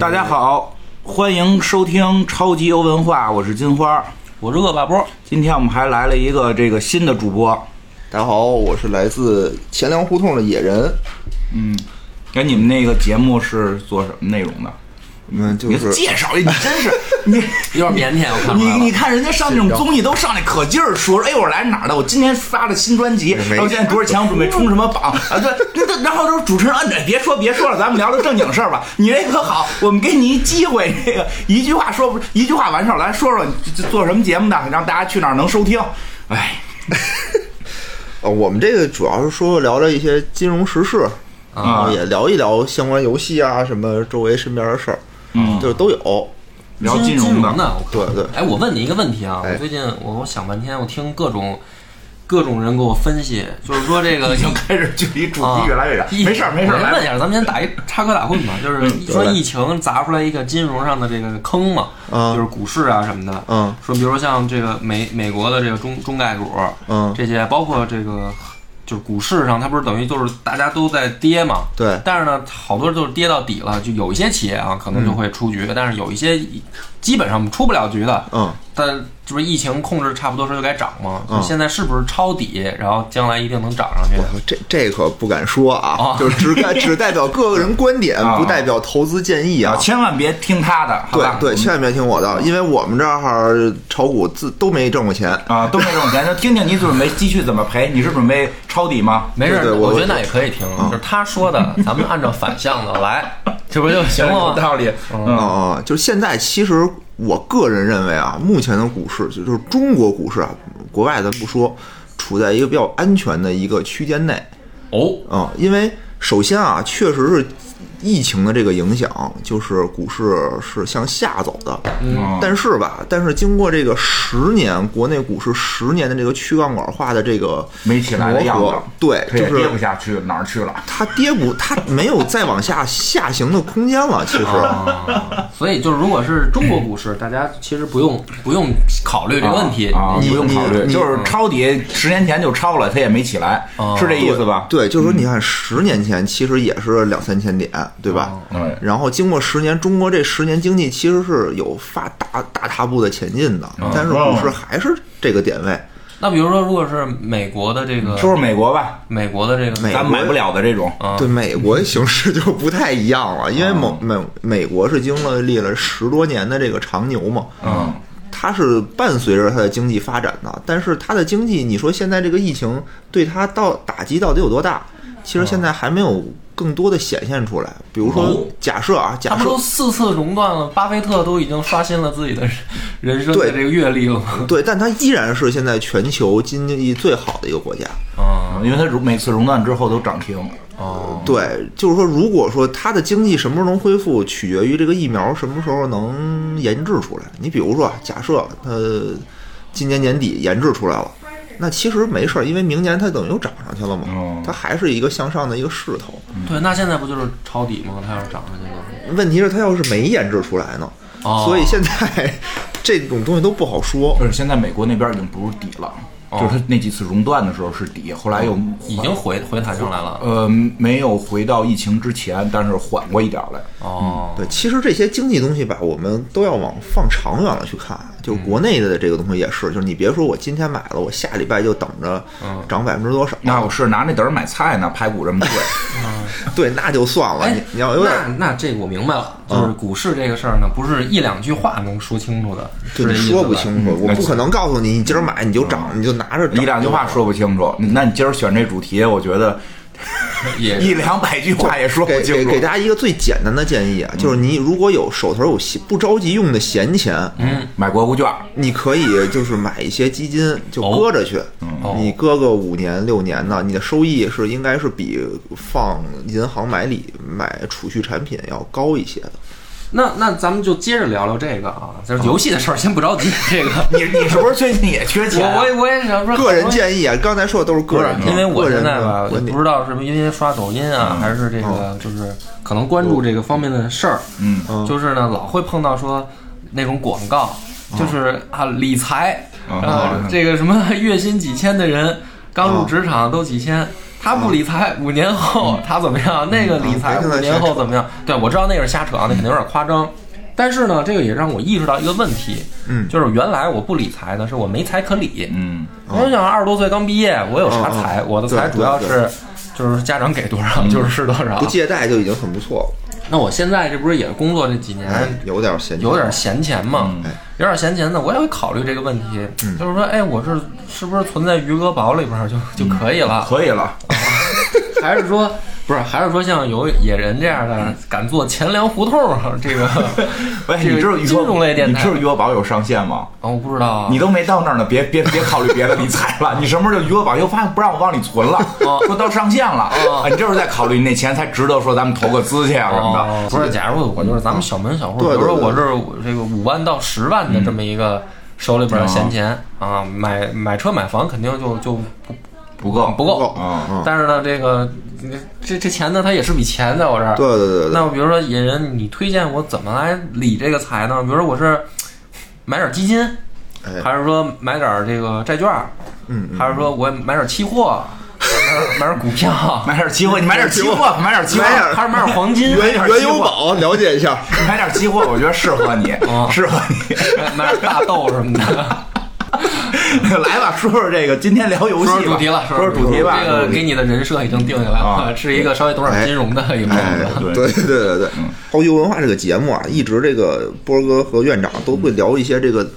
大家好，欢迎收听超级游文化，我是金花。我是恶霸波，今天我们还来了一个这个新的主播，大家好，我是来自钱粮胡同的野人，给哎你们那个节目是做什么内容的？嗯，就你是介绍哎一下，你真是你有点腼腆，我看出你来你了。看人家上那种综艺都上来可劲儿说，哎，我来哪儿的？我今天发了新专辑，没然后现在多少钱？我准备冲什么 榜啊？对，这然后就是主持人，哎，别说别说了，咱们聊聊正经事儿吧。你这可好，我们给你一机会，这个一句话说不一句话完事儿，来说说你这做什么节目的，让大家去哪儿能收听？哎，呃，我们这个主要是说聊聊一些金融时事，然后啊也聊一聊相关游戏啊，什么周围身边的事儿，嗯，就是都有。聊金融 融的，我靠对对哎，我问你一个问题啊，哎我最近我我想半天，我听各种各种人给我分析，就是说这个已经开始距离主啊题越来越远，没事儿没事我儿，先问一 来，下，咱们先打一插科打诨吧，就是说疫情砸出来一个金融上的这个坑嘛，嗯就是股市啊什么的。嗯说比如说像这个美美国的这个中中概股，嗯，这些包括这个就是股市上，它不是等于就是大家都在跌嘛？对但是呢，好多就是跌到底了，就有一些企业啊，可嗯能就会出局，但是有一些基本上出不了局的。嗯，但这不是疫情控制差不多时候就该涨嘛？嗯现在是不是抄底，然后将来一定能涨上去？我这这可不敢说啊啊，就是只 代只代表个人观点哦啊，不代表投资建议啊，啊。千万别听他的，好对吧？对，千万别听我的，因为我们这儿炒股自都没挣过钱。啊，都没这种钱，就听听你准备积蓄怎么赔，你是准备抄底吗？没事儿，对对我嗯觉得那也可以听，就是他说的，咱们按照反向的 来，这不就行了有吗？道理，啊嗯，啊、就是现在，其实我个人认为啊，目前的股市就就是中国股市啊，国外咱不说，处在一个比较安全的一个区间内哦，啊、因为首先啊，确实是疫情的这个影响，就是股市是向下走的，嗯但是吧，但是经过这个十年国内股市十年的这个去杠杆化的这个没起来的样磨子合，对，它就也是跌不下去，哪儿去了？它跌不，它没有再往下下行的空间了，其实。啊所以就是，如果是中国股市，大家其实不用不用考虑这个问题啊，你不用考虑，你嗯就是抄底，十年前就抄了，它也没起来，哦是这意思吧？嗯对，就是说，你看十年前其实也是两三千点，对吧？嗯然后经过十年，中国这十年经济其实是有发大大踏步的前进的，哦但是股市还是这个点位。那比如说，如果是美国的这个，说说美国吧，美国的这个美咱买不了的这种，啊对美国形势就不太一样了，因为美美美国是经了历了十多年的这个长牛嘛，啊嗯，它是伴随着它的经济发展的，但是它的经济，你说现在这个疫情对它到打击到底有多大？其实现在还没有更多的显现出来。比如啊哦说，假设啊，他假们设都四次熔断了，巴菲特都已经刷新了自己的人人生的对这个阅历了对，但它依然是现在全球经济最好的一个国家。啊因为它每次熔断之后都涨停，哦，对，就是说，如果说它的经济什么时候能恢复，取决于这个疫苗什么时候能研制出来。你比如说啊，假设它今年年底研制出来了，那其实没事儿，因为明年它等于又涨上去了哦嘛，它还是一个向上的一个势头。对，那现在不就是抄底吗？它要是涨上去了，问题是它要是没研制出来呢？哦所以现在这种东西都不好说就。是现在美国那边已经不是底了，哦就是它那几次熔断的时候是底，后来又已经回回弹上来了呃没有回到疫情之前，但是缓过一点儿来。嗯哦。对，其实这些经济东西吧，我们都要往放长远了去看。就是国内的这个东西也是，就是你别说我今天买了，我下礼拜就等着涨百分之多少，那我是拿那底儿买菜呢，排骨这么贵，对，那就算了。你你要有哎那点，嗯那这我明白了，就是股市这个事儿呢，不是一两句话能说清楚的，嗯是对，这你意思说吧不清楚，我不可能告诉你，你今儿买你就涨，嗯你就拿着涨一两句话说不清楚。那你今儿选这主题，我觉得也一两百句话也说不给清给楚。给大家一个最简单的建议嗯啊，就是你如果有手头有闲不着急用的闲钱，嗯买国库券，你可以就是买一些基金，就搁着去，哦你搁个五年六年的，你的收益是应该是比放银行买里买储蓄产品要高一些的。那那咱们就接着聊聊这个啊，就是游戏的事儿，先不着急。这 个你你是不是最近也缺我钱啊？我也我也想说，个人建议啊，刚才说的都是个人的，因为我个现人在吧的，我观点不知道是不是因为刷抖音啊，嗯还是这个就是可能关注这个方面的事儿，嗯，就是呢老会碰到说那种广告，嗯就是啊理财，嗯啊嗯 嗯这个什么月薪几千的人，刚入职场都几千，他不理财，五年后他怎么样？那个理财啊别跟五他年后怎么样？对我知道那是瞎扯啊，那肯定有点夸张。但是呢，这个也让我意识到一个问题，嗯就是原来我不理财的是我没财可理。嗯，我就想二十多岁刚毕业，我有啥嗯嗯财？我的对财主要对嗯是就是家长给多少就是是多少不。借贷就已经很不错了，那我现在这不是也工作这几年，哎，有点闲钱，有点闲钱嘛，哎嗯有点闲钱呢，我也会考虑这个问题，就是说，哎，我是是不是存在余额宝里边儿就嗯就可以 了，啊可以了，还是说不是，还是说像有野人这样的敢做钱粮胡同儿这个 喂，这你知道个余金额融类电你台知道余额宝有上限吗？啊？我不知道啊，你都没到那儿呢，别别别考虑别的理财了，你什么时候就余额宝又发现不让我往里存了，哦说到上限了，啊你这时候再考虑你那钱才值得说咱们投个资去啊什么哦的。不是，假如我就是咱们小门小户，对比如说对对我是我这个五万到十万的这么一个手里嗯边儿闲钱啊，买买车买房肯定就就不不够不够，够嗯嗯但是呢，这个这这钱呢，它也是笔钱在我这儿。对对对对那我比如说野人，你推荐我怎么来理这个财呢？比如说我是买点基金，哎还是说买点这个债券，嗯，还是说我买点期货， 买点买点股票，买点期货，你买点期货，买点期货，买点还是买点黄金，原点原期货油宝了解 一下，买点期货，我觉得适合你哦，适合你。 买买点大豆什么 的。 来吧，说说这个，今天聊游戏吧，说主题了，说说主题吧。这个给你的人设已经定下来了，啊是一个稍微懂点金融的一个朋哎友。，对对对对对，嗯抛球文化这个节目啊，一直这个波哥和院长都会聊一些这个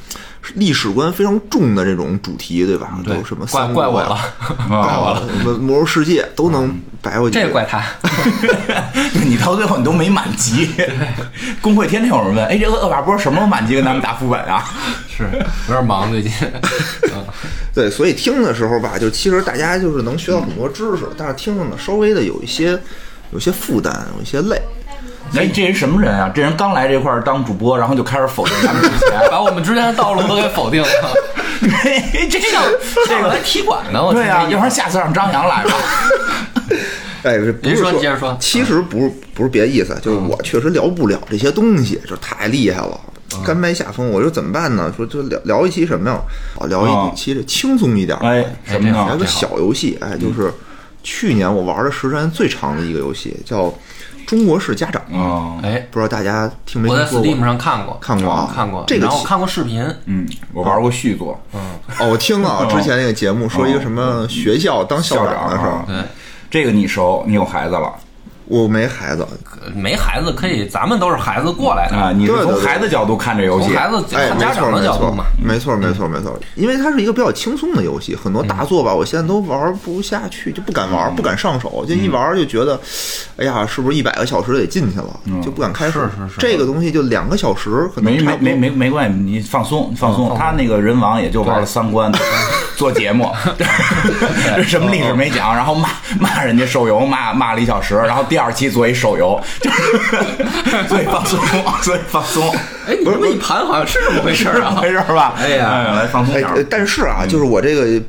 历史观非常重的这种主题，对吧？对都什么怪三啊国怪呀我了， 嗯怪我了，什么魔兽世界都能白过去。这 怪他。你到最后你都没满级，工会天天有人问，哎，这个恶霸波什么时候满级跟咱们打副本啊？是有点忙最近，嗯对，所以听的时候吧，就其实大家就是能学到很多知识，但是听着呢，稍微的有一些有一些负担，有一些累。哎，这人什么人啊？这人刚来这块儿当主播，然后就开始否定咱们之前。把我们之间的道路都给否定了。哎这像个像我来踢馆呢，我对呀、啊，要不然下次让张扬来吧。哎，这不您是说接着说嗯其实不是不是别的意思，就是我确实聊不了这些东西，这太厉害了，嗯甘拜下风。我说怎么办呢？说就聊聊一期什么呀？啊，聊一期这轻松一点，哎，什么好聊呢？个小游戏，哎，就是嗯去年我玩的时间最长的一个游戏，叫《中国式家长》，哦，哎，不知道大家听没我在听说过 Steam？上看过，看过啊看过，这个然后其看过视频，嗯，我玩过续作，哦，我听了之前那个节目说一个什么学校当校长的事校儿长，对，这个你熟，你有孩子了我没孩子，呃没孩子可以，咱们都是孩子过来的，啊？你是对对从对孩子角度看这游从戏，孩子哎，看家长的角度嘛。嗯没错，没错，没错，没错，因为它是一个比较轻松的游戏，很多大作吧，我现在都玩不下去，就不敢玩，不敢上手，就一玩就觉得，哎呀，是不是一百个小时得进去了，就不敢开始。嗯是是是这个东西就两个小时，可能没差没不多没没没关系，你放松嗯你放松。他那个人王也就玩了三关， 做节目，什么历史没嗯讲，然后骂骂人家手游，骂骂了一小时，然后第二期做一手游， 所以放松，所以放松，哎，你这么一盘好像是这么回事儿啊 没？事儿吧？哎呀来放松哎点儿，嗯呃。但是啊，就是我这个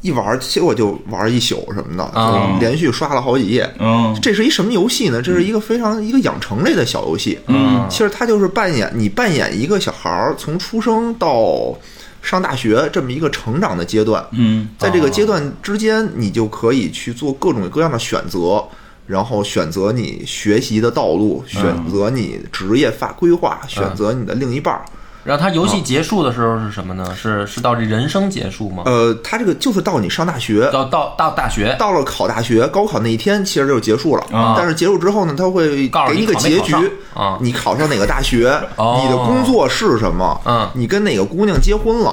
一玩，结果就玩一宿什么的，啊就是连续刷了好几页。嗯这是一什么游戏呢？这是一个非常一个养成类的小游戏。嗯，其实它就是扮演你扮演一个小孩儿，从出生到上大学这么一个成长的阶段。嗯，在这个阶段之间，你就可以去做各种各样的选择。然后选择你学习的道路，选嗯择你职业发规划，选择你的另一半儿，然后他游戏结束的时候是什么呢？是是到这人生结束吗？呃，它这个就是到你上大学，到到到大学，到了考大学、高考那一天，其实就结束了。啊但是结束之后呢，他会告诉给你个考没结考局上啊你考上哪个大学，哦你的工作是什么，嗯你跟哪个姑娘结婚了，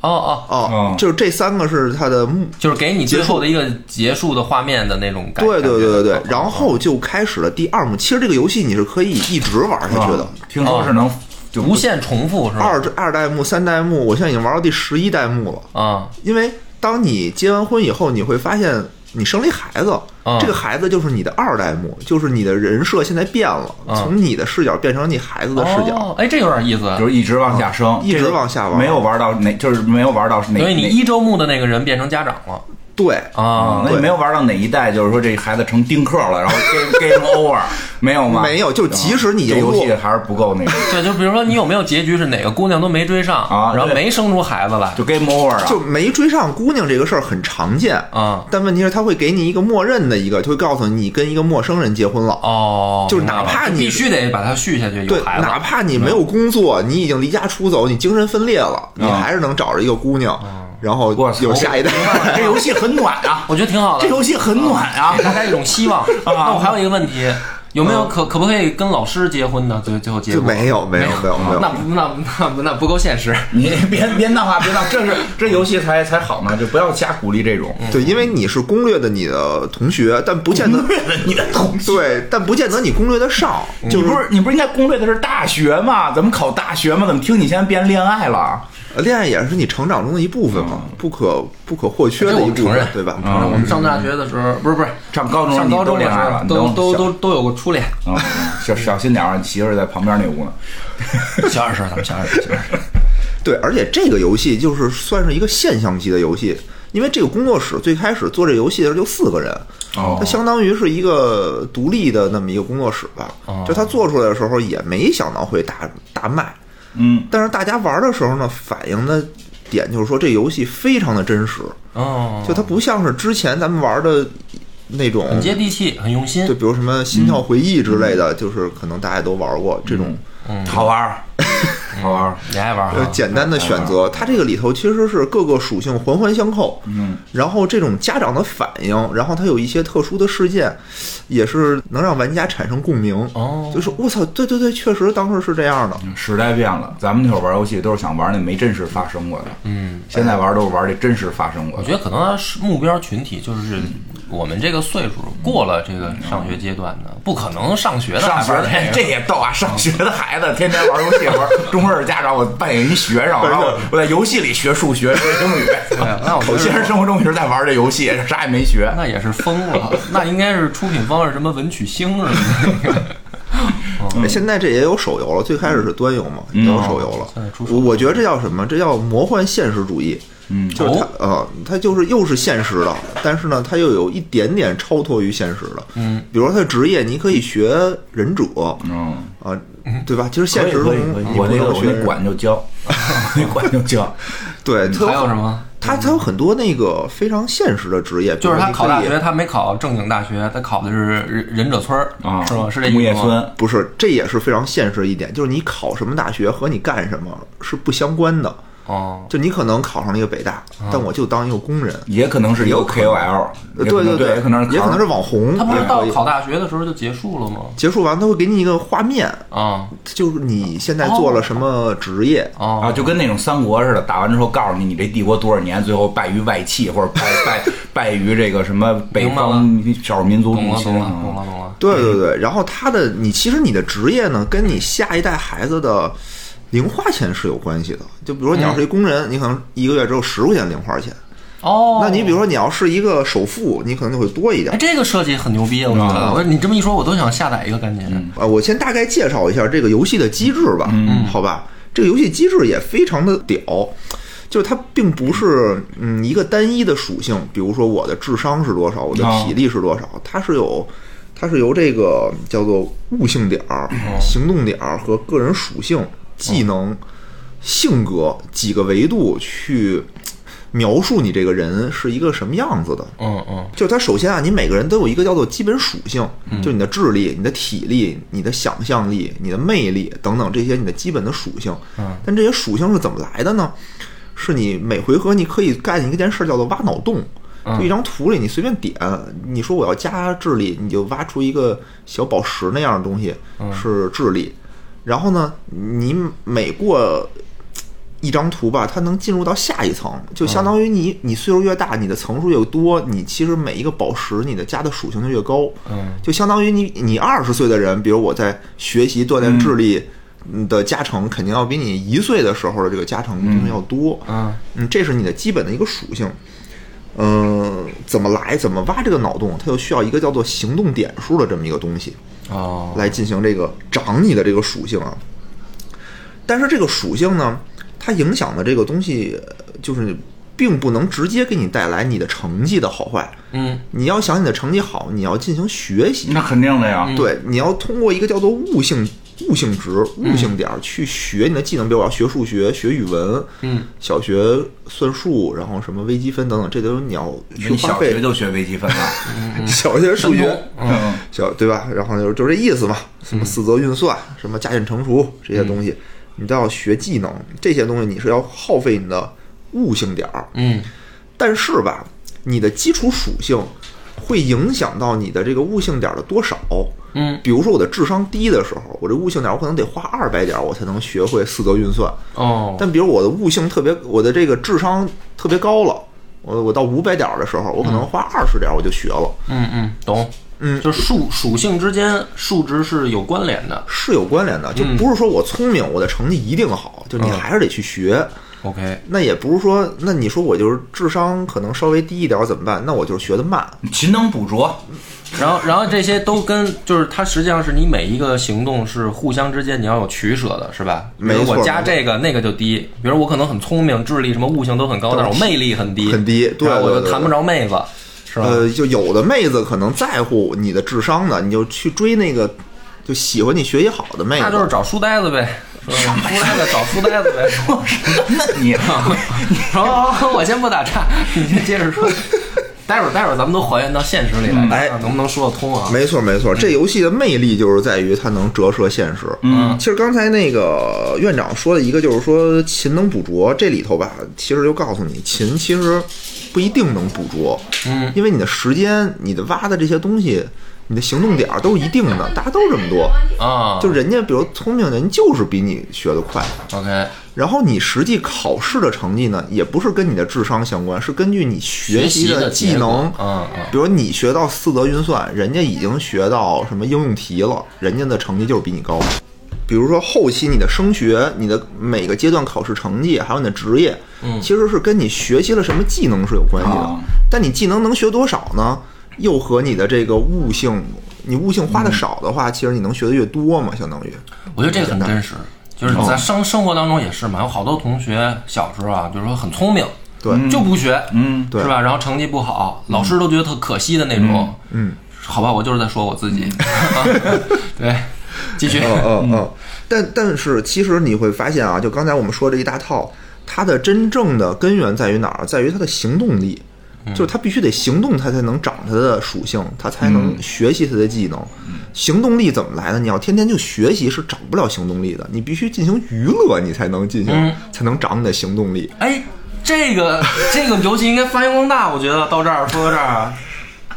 哦哦，哦哦，就是这三个是他的目。就是给你最后的一个结束的画面的那种感。对对对对对感，觉然后就开始了第二幕。其实这个游戏你是可以一直玩下去的。啊嗯听说是能哦就无限重复是吧？二二代目、三代目，我现在已经玩到第十一代目了。啊，因为当你结完婚以后，你会发现你生了一孩子，啊嗯这个孩子就是你的二代目，就是你的人设现在变了，啊嗯从你的视角变成你孩子的视角。哦，哎，这有点意思。就是一直往下升，哦一直这个往下玩没有玩到哪，就是没有玩到哪。所以你哪一周目的那个人变成家长了。嗯对，啊那你没有玩到哪一代，就是说这孩子成丁克了，然后 game game over，没 有吗？没有就即使你这赢游过戏还是不够那个，对，就比如说你有没有结局是哪个姑娘都没追上，啊然后对没生出孩子来，就 game over 啊。 就没追上姑娘这个事儿很常见嗯但问题是，他会给你一个默认的一个，就会告诉你，你跟一个陌生人结婚了。哦，就是明白哪了怕你必须得把它续下去，对，有孩子，哪怕你没有工作，你已经离家出走，你精神分裂了，你嗯还是能找着一个姑娘，然后我操有下一代。啊这游戏很暖啊，我觉得挺好的，这游戏很暖啊给。大家一种希 望。嗯那我还有一个问题，有没有可可不可以跟老师结婚呢？最最后结 就果没有没有没有没有那不那那那那不够现实。你别别闹啊，别闹，这是这游戏才才好呢，就不要瞎鼓励这种。对，因为你是攻略的你的同学，但不见得攻略了你的同学，对，但不见得你攻略得上。就你不是你不是应该攻略的是大学吗？怎么考大学吗？怎么听你现在变恋爱了？恋爱也是你成长中的一部分嗯嘛，不可不可或缺的一这部我承分认，对吧？承认我们上大学的时候，不是不是上高中嗯上高中你的都恋时爱候了，都你都都都都有过初恋。啊，嗯小小心点啊，你媳妇儿在旁边那屋呢。 小点声，咱们小点声，小点声。对，而且这个游戏就是算是一个现象级的游戏，因为这个工作室最开始做这游戏的时候就四个人，哦它相当于是一个独立的那么一个工作室吧。哦就它做出来的时候也没想到会大大卖，嗯，但是大家玩的时候呢，反映的点就是说这游戏非常的真实，哦，就它不像是之前咱们玩的那种很接地嗯气，很用心就。比如什么心跳回忆之类的，就是可能大家都玩过这种好玩儿，嗯好玩儿。你爱玩嗯啊呃？简单的选择。它这个里头其实是各个属性环环相扣，嗯，然后这种家长的反应，然后它有一些特殊的事件，也是能让玩家产生共鸣。哦就是我操，对对对，确实当时是这样的。时代变了，咱们那会儿玩游戏都是想玩那没真实发生过的，嗯，现在玩都是玩这真实发生过我的觉。得可能是目标群体就是我们这个岁数过了这个上学阶段的，不可能上学的上学的还玩这个这也逗啊！上学的孩子天天玩游戏，玩中二家长，我扮演一学生，然后我在游戏里学数学、学英语。那我觉得我 现实生活中也是在玩这游戏，啥也没学。那也是疯了，那应该是出品方是什么文曲星啊什么的。嗯哎现在这也有手游了，最开始是端游嘛，也有手游了嗯现在出。手我我觉得这叫什么？这叫魔幻现实主义。嗯就是它，呃，它就是又是现实的，但是呢，它又有一点点超脱于现实的。嗯，比如说它的职业，你可以学忍者，嗯，啊，对吧？就是现可以实中可以可以你我不那个能我学那管就嗯教， 我那管就教。对，它还有什？么？它它有很多那个非常现实的职业，比就如是他你考可大以学，他没考正经大学，他考的是忍忍者村儿啊，是吗？是这木意叶思吗？村，不是，这也是非常现实一点，就是你考什么大学和你干什么是不相关的。哦，就你可能考上了一个北大，但我就当一个工人，也可能是有 KOL，也呃对可能对，也可能也可能是网红，他不是也到可以考大学的时候就结束了吗？结束完，他会给你一个画面，啊就是你现在做了什么职业，啊，哦，就跟那种三国似的，打完之后告诉你你这帝国多少年，最后败于外戚或者败败败于这个什么北明白方少数民族懂入了侵懂了懂啊。了懂了。对对对，然后他的你其实你的职业呢，跟你下一代孩子的零花钱是有关系的。就比如说你要是一工人，你可能一个月只有十块钱零花钱。哦，嗯那你比如说你要是一个首富，你可能就会多一哎，点。这个设计很牛逼，我觉啊得。我你这么一说，我都想下载一个，赶嗯紧。啊，我先大概介绍一下这个游戏的机制吧，好吧？这个游戏机制也非常的屌，就是它并不是嗯一个单一的属性，比如说我的智商是多少，我的啊体力是多少，它是有它是由这个叫做悟性点儿、行动点儿和个人属性、技能、性格几个维度去描述你这个人是一个什么样子的。嗯嗯，就它首先啊，你每个人都有一个叫做基本属性，就你的智力、你的体力、你的想象力、你的魅力等等这些你的基本的属性。但这些属性是怎么来的呢？是你每回合你可以干一件事儿叫做挖脑洞。就一张图里，你随便点，你说我要加智力，你就挖出一个小宝石那样的东西，是智力。然后呢，你每过一张图吧，它能进入到下一层，就相当于嗯你你岁数越大，你的层数越多，你其实每一个宝石你的加的属性就越高，嗯，就相当于你你二十岁的人，比如我在学习锻炼智力嗯的加成，肯定要比你一岁的时候的这个加成东西要多，嗯，嗯，这是你的基本的一个属性。嗯，怎么来怎么挖这个脑洞，它就需要一个叫做行动点数的这么一个东西。哦，来进行这个长你的这个属性啊。但是这个属性呢，它影响的这个东西呃就是。并不能直接给你带来你的成绩的好坏。嗯，你要想你的成绩好，你要进行学习，那肯定的呀。对，你要通过一个叫做悟性悟性值、嗯悟性点儿去学你的技能，比如我要学数学、学语文，嗯，小学算术，然后什么微积分等等，这都是你要去你花小费学。就学微积分了，小学数神学童， 嗯，小对吧？然后就是就这意思嘛，什嗯么四则运算、什么加减乘除这些东西，你都要学技能，这些东西你是要耗费你的悟性点儿。嗯但是吧，你的基础属性会影响到你的这个悟性点儿的多少。嗯，比如说我的智商低的时候，我这悟性点儿我可能得花二百点儿我才能学会四则运算。哦，但比如我的悟性特别，我的这个智商特别高了，我我到五百点儿的时候，我可能花二十点儿我就学了，嗯嗯，懂。嗯，就属属性之间数值是有关联的。是有关联的。就不是说我聪明，我的成绩一定好，就你还是得去学。 OK，那也不是说，那你说我就是智商可能稍微低一点儿怎么办？那我就是学的慢，嗯勤能补拙，然后然后这些都跟就是它实际上是你每一个行动是互相之间你要有取舍的，是吧？比如没错我加这个那个就低，比如我可能很聪明，智力什么悟性都很高，但是我魅力很低，很低对然后我就对对谈不着妹子，是吧？呃，就有的妹子可能在乎你的智商呢，你就去追那个就喜欢你学习好的妹子。那就是找书呆子呗，是吧书呆子找书呆子呗。 那 你好，我先不打 岔，你先接着说。待会儿，待会儿咱们都还原到现实里来，哎看能不能说得通啊？没错没错，这游戏的魅力就是在于它能折射现实。嗯，其实刚才那个院长说的一个就是说勤能捕捉，这里头吧，其实就告诉你，勤其实不一定能捕捉，嗯，因为你的时间、你的挖的这些东西、你的行动点儿都是一定的，大家都这么多。啊，就人家比如聪明的人就是比你学得快， OK，然后你实际考试的成绩呢，也不是跟你的智商相关，是根据你学习学习的技结果能。嗯嗯比如你学到四则运算，人家已经学到什么应用题了，人家的成绩就是比你高。比如说后期你的升学、你的每个阶段考试成绩，还有你的职业，嗯，其实是跟你学习了什么技能是有关系的。啊但你技能能学多少呢？又和你的这个悟性，你悟性花的少的话，其实你能学的越多嘛，相当于。我觉得这个很真实，就是在生生活当中也是嘛，有好多同学小时候啊，就是说很聪明，对就不学，嗯对是吧？然后成绩不好，老师都觉得特可惜的那种，嗯，好吧，我就是在说我自己， 对，继续，嗯嗯，但但是其实你会发现啊，就刚才我们说这一大套，它的真正的根源在于哪儿？在于它的行动力，就是它必须得行动，它才能长它的属性，它才能学习它的技能。行动力怎么来的？你要天天就学习是长不了行动力的，你必须进行娱乐，你才能进行，才能长你的行动力。哎，这个这个游戏应该发扬光大，我觉得到这儿说到这儿啊，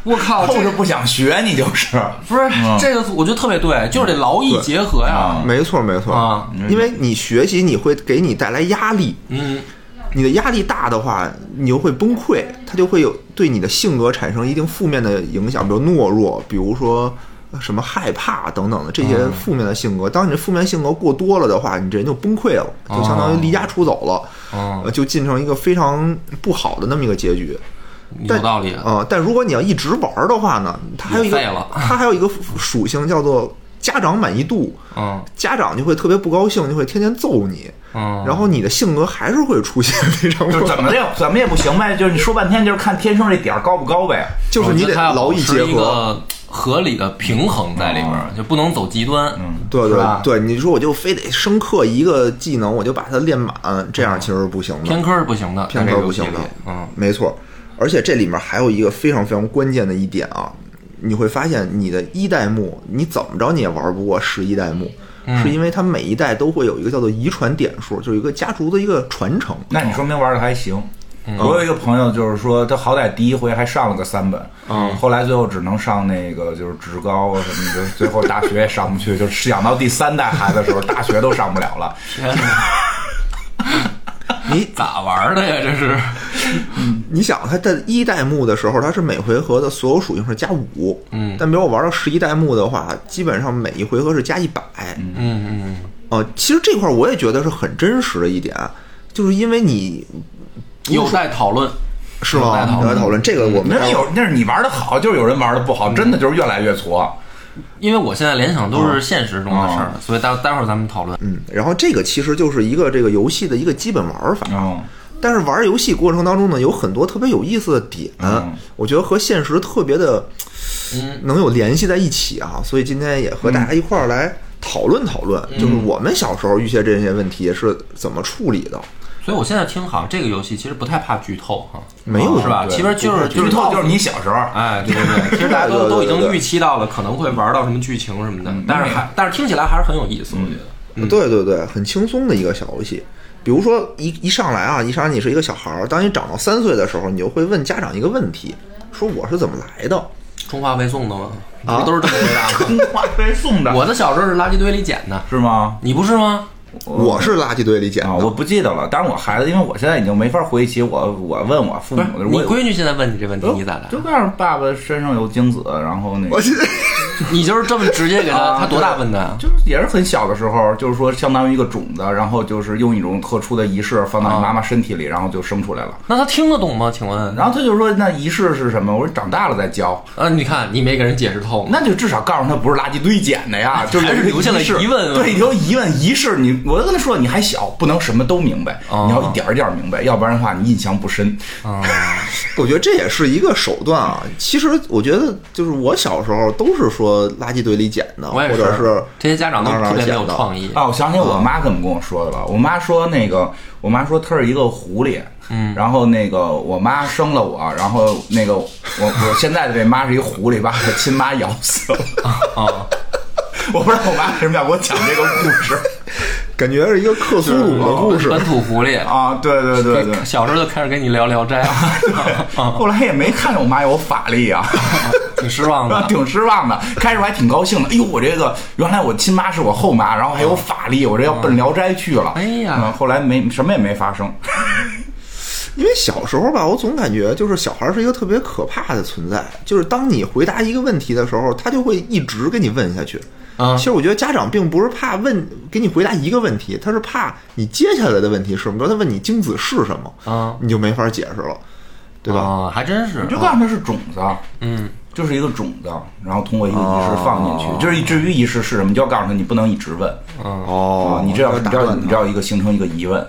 我靠，后这头个不想学，你就是不是哦嗯这个，我觉得特别对，就是得劳逸结合啊呀，没错没错啊，因为你学习你会给你带来压力，嗯，你的压力大的话，你就会崩溃，它就会有对你的性格产生一定负面的影响，比如懦弱，比如说呃什么害怕等等的这哦些负面的性格。当你这负面性格过多了的话，你这人就崩溃了，就相当于离家出走了，哦呃就进成一个非常不好的那么一个结局。嗯有道理，啊、但如果你要一直玩儿的话呢，它还有一个也废了 它还有一个属性叫做家长满意度，嗯家长就会特别不高兴，就会天天揍你。嗯，然后你的性格还是会出现非常就是不怎么也怎么也不行呗，就是你说半天就是看天生这点儿高不高呗。就是你得劳逸哦结我觉得它要保持一合。个合理的平衡在里边儿，就不能走极端。嗯，对是对吧对，你说我就非得深刻一个技能，我就把它练满，这样其实是不行的，偏科是不行的，偏在这个科游不戏行里的。嗯，没错。而且这里面还有一个非常非常关键的一点啊，你会发现你的一代目你怎么着你也玩不过十一代目，嗯是因为它每一代都会有一个叫做遗传点数，就是一个家族的一个传承。那你说明玩的还行。我有一个朋友，就是说他好歹第一回还上了个三本，嗯，后来最后只能上那个就是职高啊什么的，最后大学也上不去，就是养到第三代孩子的时候，大学都上不了了。 你 咋玩儿的呀？这是你想，它在一代目的时候，它是每回合的所有属性是加五，嗯，但比如我玩到十一代目的话，基本上每一回合是加一百，嗯嗯，呃，其实这块儿我也觉得是很真实的一点，就是因为你有待讨论。是吗？有待讨论有讨论这个，我们那有那是你玩的好，就是有人玩的不好，真的就是越来越挫。因为我现在联想都是现实中的哦事儿，所以待待会儿咱们讨论。嗯，然后这个其实就是一个这个游戏的一个基本玩法，嗯，但是玩游戏过程当中呢，有很多特别有意思的点，嗯我觉得和现实特别的嗯能有联系在一起啊。所以今天也和大家一块儿来讨论讨论，就是我们小时候遇见这些问题是怎么处理的。所以我现在听好像这个游戏其实不太怕剧透哈，没有是吧？对其实就是剧啊透啊就是你小时候， 哎，对 对对，其实大家都对对对都已对经对嗯预期到了，可能会玩到什么剧情什么的，但是还但是听起来还是很有意思，我觉得。啊对对对，很轻松的一个小游戏。比如说一一上来啊，一上来你是一个小孩儿，当你长到三岁的时候，你就会问家长一个问题，说我是怎么来哦的？中华配送的吗？啊不都是这么回啊答吗？花被送的， 我的小时候是垃圾堆里捡的，是吗？你不是吗？我是垃圾堆里捡啊，哦的。我不记得了。但是我孩子，因为我现在已经没法回忆起我我问我父不是母的，你我闺女现在问你这问题，哦我你咋来？就告诉爸爸身上有精子，然后那个我记得 你就是这么直接给她，啊她多大问的？就是也是很小的时候，就是说相当于一个种子，然后就是用一种特殊的仪式放到你妈妈身体里，然后就生出来了。那她听得懂吗？请问？然后他就说那仪式是什么？我说长大了再教，啊，你看你没给人解释透吗？那就至少告诉他不是垃圾堆捡的呀，就是还是有一个留下了仪式疑问啊对，留疑问仪式，你我就跟他说你还小，不能什么都明白，哦你要一点儿一点儿明白，要不然的话你印象不深。啊，我觉得这也是一个手段啊。其实我觉得，就是我小时候都是说垃圾堆里捡的，我或也者是这些家长都哪儿哪儿特别没有捡的创意。啊，我想起哦我妈怎么跟我说的了。我妈说那个，我妈说她是一个狐狸，嗯，然后那个我妈生了我，然后那个我我现在的这妈是一狐狸，把我亲妈咬死了。啊， 我不知道我妈为什么要给我讲这个故事感觉是一个克苏鲁的故事。本土狐狸，啊，对对对 对。小时候就开始跟你聊《聊斋》啊， 后来也没看见我妈有法力啊，挺失 望 的。挺失望的。开始我还挺高兴的，哎呦，我这个原来我亲妈是我后妈，然后还有法力，我这要奔《聊斋》去了。哎呀嗯后来没什么也没发生。因为小时候吧，我总感觉就是小孩是一个特别可怕的存在，就是当你回答一个问题的时候，他就会一直跟你问下去。啊其实我觉得家长并不是怕问给你回答一个问题，他是怕你接下来的问题是什么，比如他问你精子是什么，啊你就没法解释了，对吧？啊，还真是你。就告诉他是种子，啊嗯，哦就是一个种子，啊然后通过一个仪式放进去。就是至于仪式是什么，你就要告诉他，你不能一直问哦啊，你这要要你打这要断你他这要一个形成一个疑 问。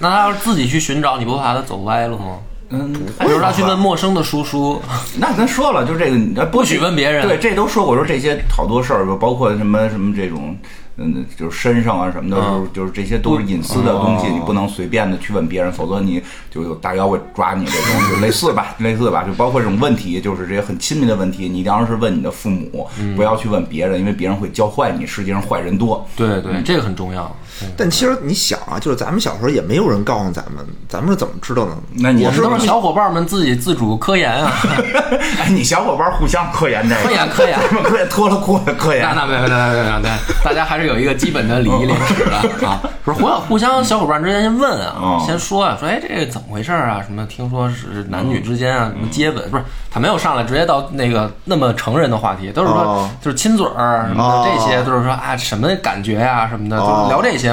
那他要是自己去寻找，你不怕他走歪了吗？嗯，比如他去问陌生的叔叔， 那咱说了，就这个，你这不许问别人对，这都说过，说这些好多事儿，包括什么什么这种，嗯，就是身上啊什么的，嗯就是就是这些都是隐私的东西，你不能随便的去问别人，否则你就有大妖怪抓你这种，就类似吧， 类似吧，就包括这种问题，就是这些很亲密的问题，你当然是问你的父母，嗯不要去问别人，因为别人会教坏你，世界上坏人多。对对，这个很重要。但其实你想啊，就是咱们小时候也没有人告诉咱们，咱们是怎么知道的呢？那你我也我是们都是小伙伴们自己自主科研啊， 哎，你小伙伴互相科研这个，科研科研。他们 科研脱了裤子科研啊那。那没有没有没有没有，对，大家还是有一个基本的礼仪廉耻哦的啊，不是互互相小伙伴之间先问啊，嗯先说啊，说哎这怎么回事啊？什么听说是男女之间啊，嗯什么接吻，不是他没有上来直接到那个那么成人的话题，都是说哦就是亲嘴儿什么哦的这些，就是说啊什么感觉呀、什么的，就是哦聊这些嘛。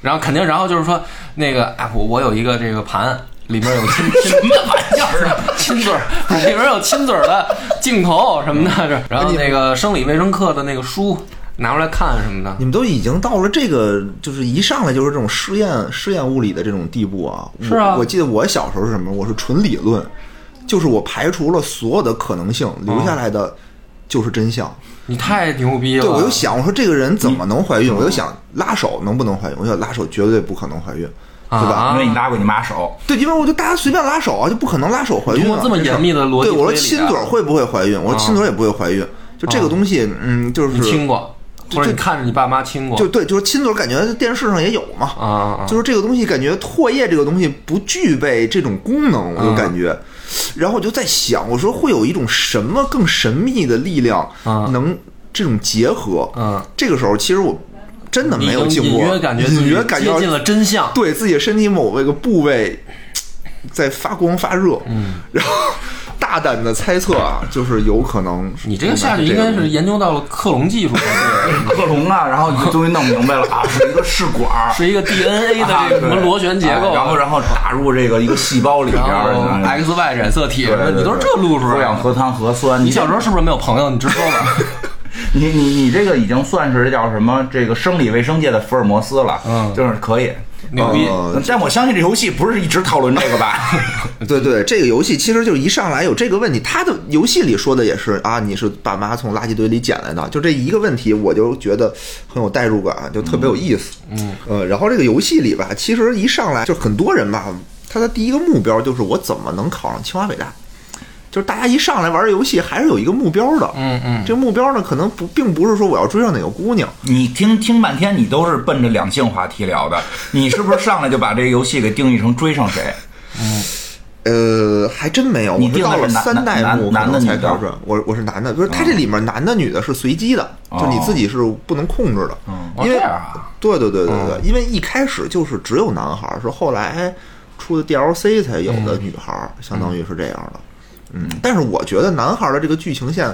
然后肯定，然后就是说那个啊，我我有一个这个盘，里面有亲亲 什么玩意儿啊，亲嘴儿，里面有亲嘴儿的镜头什么的，这然后那个生理卫生课的那个书拿出来看什么的。你们都已经到了这个，就是一上来就是这种试验试验物理的这种地步啊！是啊我我记得我小时候是什么？我是纯理论，就是我排除了所有的可能性，留下来的就是真相。你太牛逼了！啊对，我就想，我说这个人怎么能怀嗯孕？我就想拉手能不能怀孕？我想拉手绝对不可能怀孕，对吧？啊因为你拉过你妈手，对，因为我就大家随便拉手啊，就不可能拉手怀孕、通过啊。这么真是严密的逻辑对我推说理啊亲嘴儿会不会怀孕？我说亲嘴儿也不会怀孕。就这个东西，嗯，就是你亲过，或者你这看着你爸妈亲过，就对，就是亲嘴，感觉电视上也有嘛。啊啊啊就是这个东西，感觉唾液这个东西不具备这种功能，嗯我就感觉。然后我就在想，我说会有一种什么更神秘的力量啊能这种结合？嗯，这个时候其实我真的你没有已经经隐过，约感觉自隐己约感觉接近了真相。对自己身体某一个部位在发光发热，嗯，然后大胆的猜测啊，就是有可能你这个下去应该是研究到了克隆技术，克隆啊，然后你终于弄明白了啊，是一个试管儿， 是一 个 DNA 的这个什么螺旋结啊构啊，然后然后打入这个一个细胞里边儿，然后 X Y 染色体，对对对你都是这路数脱氧啊。核糖核酸。你小时候是不是没有朋友？你直说吧。你你你这个已经算是叫什么？这个生理卫生界的福尔摩斯了，嗯就是可以。嗯牛逼！呃但我相信这游戏不是一直讨论这个 吧？ 对对，这个游戏其实就一上来有这个问题，他的游戏里说的也是啊，你是爸妈从垃圾堆里捡来的，就这一个问题，我就觉得很有代入感，就特别有意思。嗯，呃，然后这个游戏里吧，其实一上来就很多人吧，他的第一个目标就是我怎么能考上清华北大。就是大家一上来玩游戏，还是有一个目标的。嗯嗯，这个目标呢，可能不并不是说我要追上哪个姑娘，你听听半天，你都是奔着两性话题聊的， 你是不是上来就把这个游戏给定义成追上谁？呃，还真没有，你我是定的到了是男三代男目男的可哦能才女的标准。我我是男的，就是它这里面男的女的是随机的，就你自己是不能控制的，哦因为这样啊对对对对对，因为一开始就是只有男孩儿，是后来出的 DLC 才有嗯的女孩儿，相当于是这样的。嗯，但是我觉得男孩儿的这个剧情线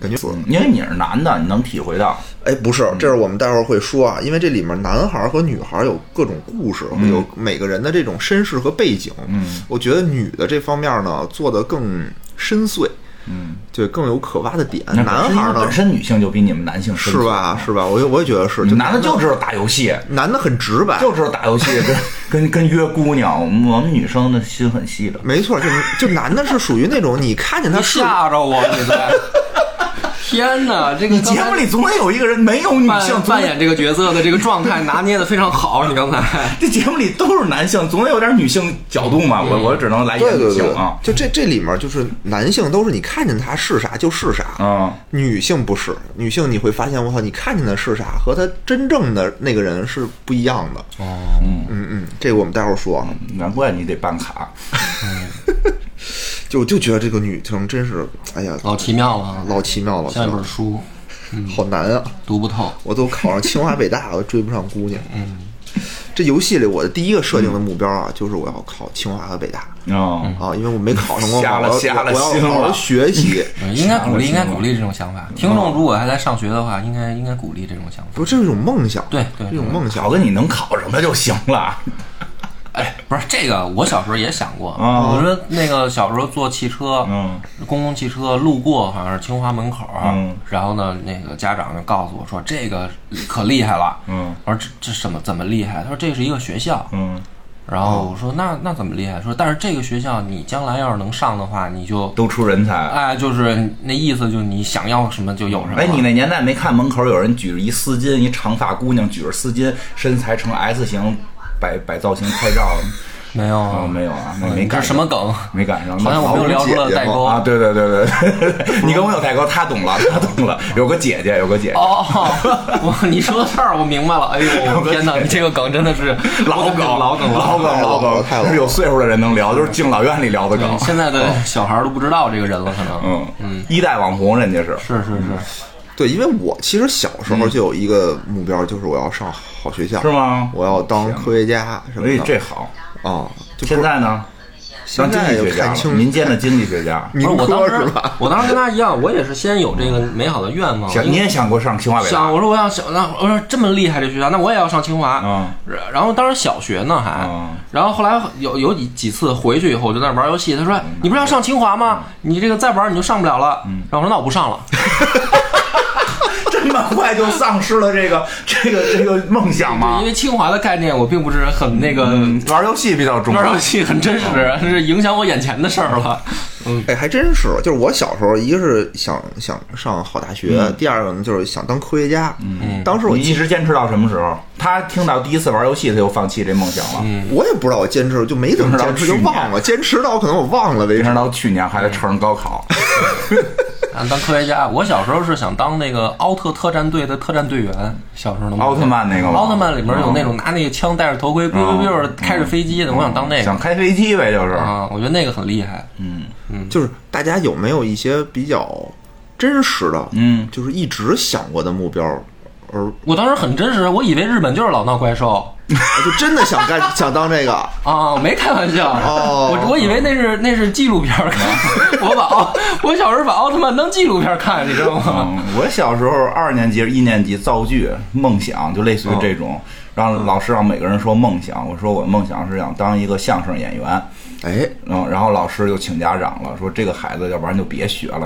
感觉死了因为你是男的，你能体会到。哎，不是，这是嗯我们待会儿会说啊，因为这里面男孩儿和女孩儿有各种故事，嗯会有每个人的这种身世和背景。嗯，我觉得女的这方面呢做的更深邃，嗯，对，更有可挖的点。那男本身孩儿本呢，身女性就比你们男性深是吧？是吧？我也我也觉得是，邃？就男的哎就知道打游戏，男的很直白，就知道打游戏 跟跟跟约姑娘。我们我们女生的心很细的。没错，就就男的是属于那种你看见他你是吓着我，你在！天哪，这个你节目里总得有一个人没有女刚才性扮，扮演这个角色的这个状态拿捏的非常好，你刚才。总得这节目里都是男性，总得有点女性角度嘛。我我只能来对演对女对性啊，，就这这里面就是男性都是你看见他是啥就是啥，嗯，女性不是，女性你会发现，我操，你看见的是啥，和她真正的那个人是不一样的。哦，嗯嗯，这个我们待会儿说啊。难怪你得办卡。就就觉得这个女生真是，哎呀，老奇妙了啊，老奇妙了，像一老本书，嗯好难啊！读不透。我都考上清华北大了，我追不上 姑娘。嗯，这游戏里我的第一个设定的目标啊，就是我要考清华和北大嗯，啊，因为我没考上过嘛，瞎我了要瞎了我要心好好了 学习。嗯应该鼓励，应啥该都行鼓励这种想法。听众如果还在上学的话，应该应该鼓励这种想法。不，这是一种梦想，对对这种梦想小。子，你能考什么就行了。哎，不是这个，我小时候也想过。啊我说那个小时候坐汽车，嗯，公共汽车路过好像是清华门口，啊嗯然后呢，那个家长就告诉我说这个可厉害了。嗯我说这这什么怎么厉害？他说这是一个学校。嗯，然后我说那那怎么厉害？说但是这个学校你将来要是能上的话，你就都出人才。哎，就是那意思，就是你想要什么就有什么。嗯哎，你那年代没看门口有人举着一丝巾，一长发姑娘举着丝巾，身材呈 S 型，摆摆造型拍照？没有哦，啊？没有啊，那嗯没你这赶是上什么梗？没赶上，好像我那们又聊出了代沟啊！对对对对， 你跟我有代沟，他懂了，他懂了，有个姐姐，有个姐姐，哦，我你说到这儿我明白了。哎呦，天哪，你这个梗真的是老梗老梗老了。梗老梗，太老就是有岁数的人能聊，就是敬老院里聊的梗哦对，。现在的小孩儿都不知道这个人了，可能。嗯嗯，一代网红人家是，是是是，对，因为我其实小时候就有一个目标，就是我要上好学校，嗯是吗我要当科学家什么哎的。，这好。啊，就现在呢，当现经在济又学家看了，清民间的经济学家。不民是我当科是时吧？，我当时跟他一样，我也是先有这个美好的愿望，想你也想过上清华北大想，我说我要想，那我说这么厉害这学校，那我也要上清华。嗯然然后当时小学呢还，嗯然后后来有有几几次回去以后，我就在那玩游戏，嗯他说、你不是要上清华吗？你这个再玩你就上不了了。然后我说那我不上了。 这么快就丧失了这个这个这个梦想对吗嗯因？为清华的概念我并不是很那个。玩游戏比较重要玩。游戏很真实，是影响我眼前的事儿了。哎，还真是，就是我小时候，一个是想想上好大学，第二个呢就是想当科学家。嗯，当时我嗯你一直坚持到什么时候？他听到第一次玩游戏，他就放弃这梦想了。我也不知道我坚持就没怎么坚持，就忘了，坚持到可能我忘了为坚止持。到去年还在乘着高考，啊当科学家，我小时候是想当那个奥特特战队的特战队员。小时候的梦想奥特曼那个吗嗯奥特曼里面有那种拿那个枪戴着头盔，biu biu biu 开着飞机的，我想当那个想。嗯开飞机呗，就是。啊，我觉得那个很厉害。就是大家有没有一些比较真实的，嗯，就是一直想过的目标，而我当时很真实，我以为日本就是老闹怪兽就真的想干 想当这个。啊，没开玩笑。哦我我以为那是那是纪录片 儿看，我把奥我小时候把奥特曼当纪录片儿看，你知道吗？嗯，我小时候二年级、一年级造句梦想，就类似于这哦种，让老师让每个人说梦想。我说我梦想是想当一个相声演员。哎，嗯，然后老师就请家长了，说这个孩子要不然就别学了，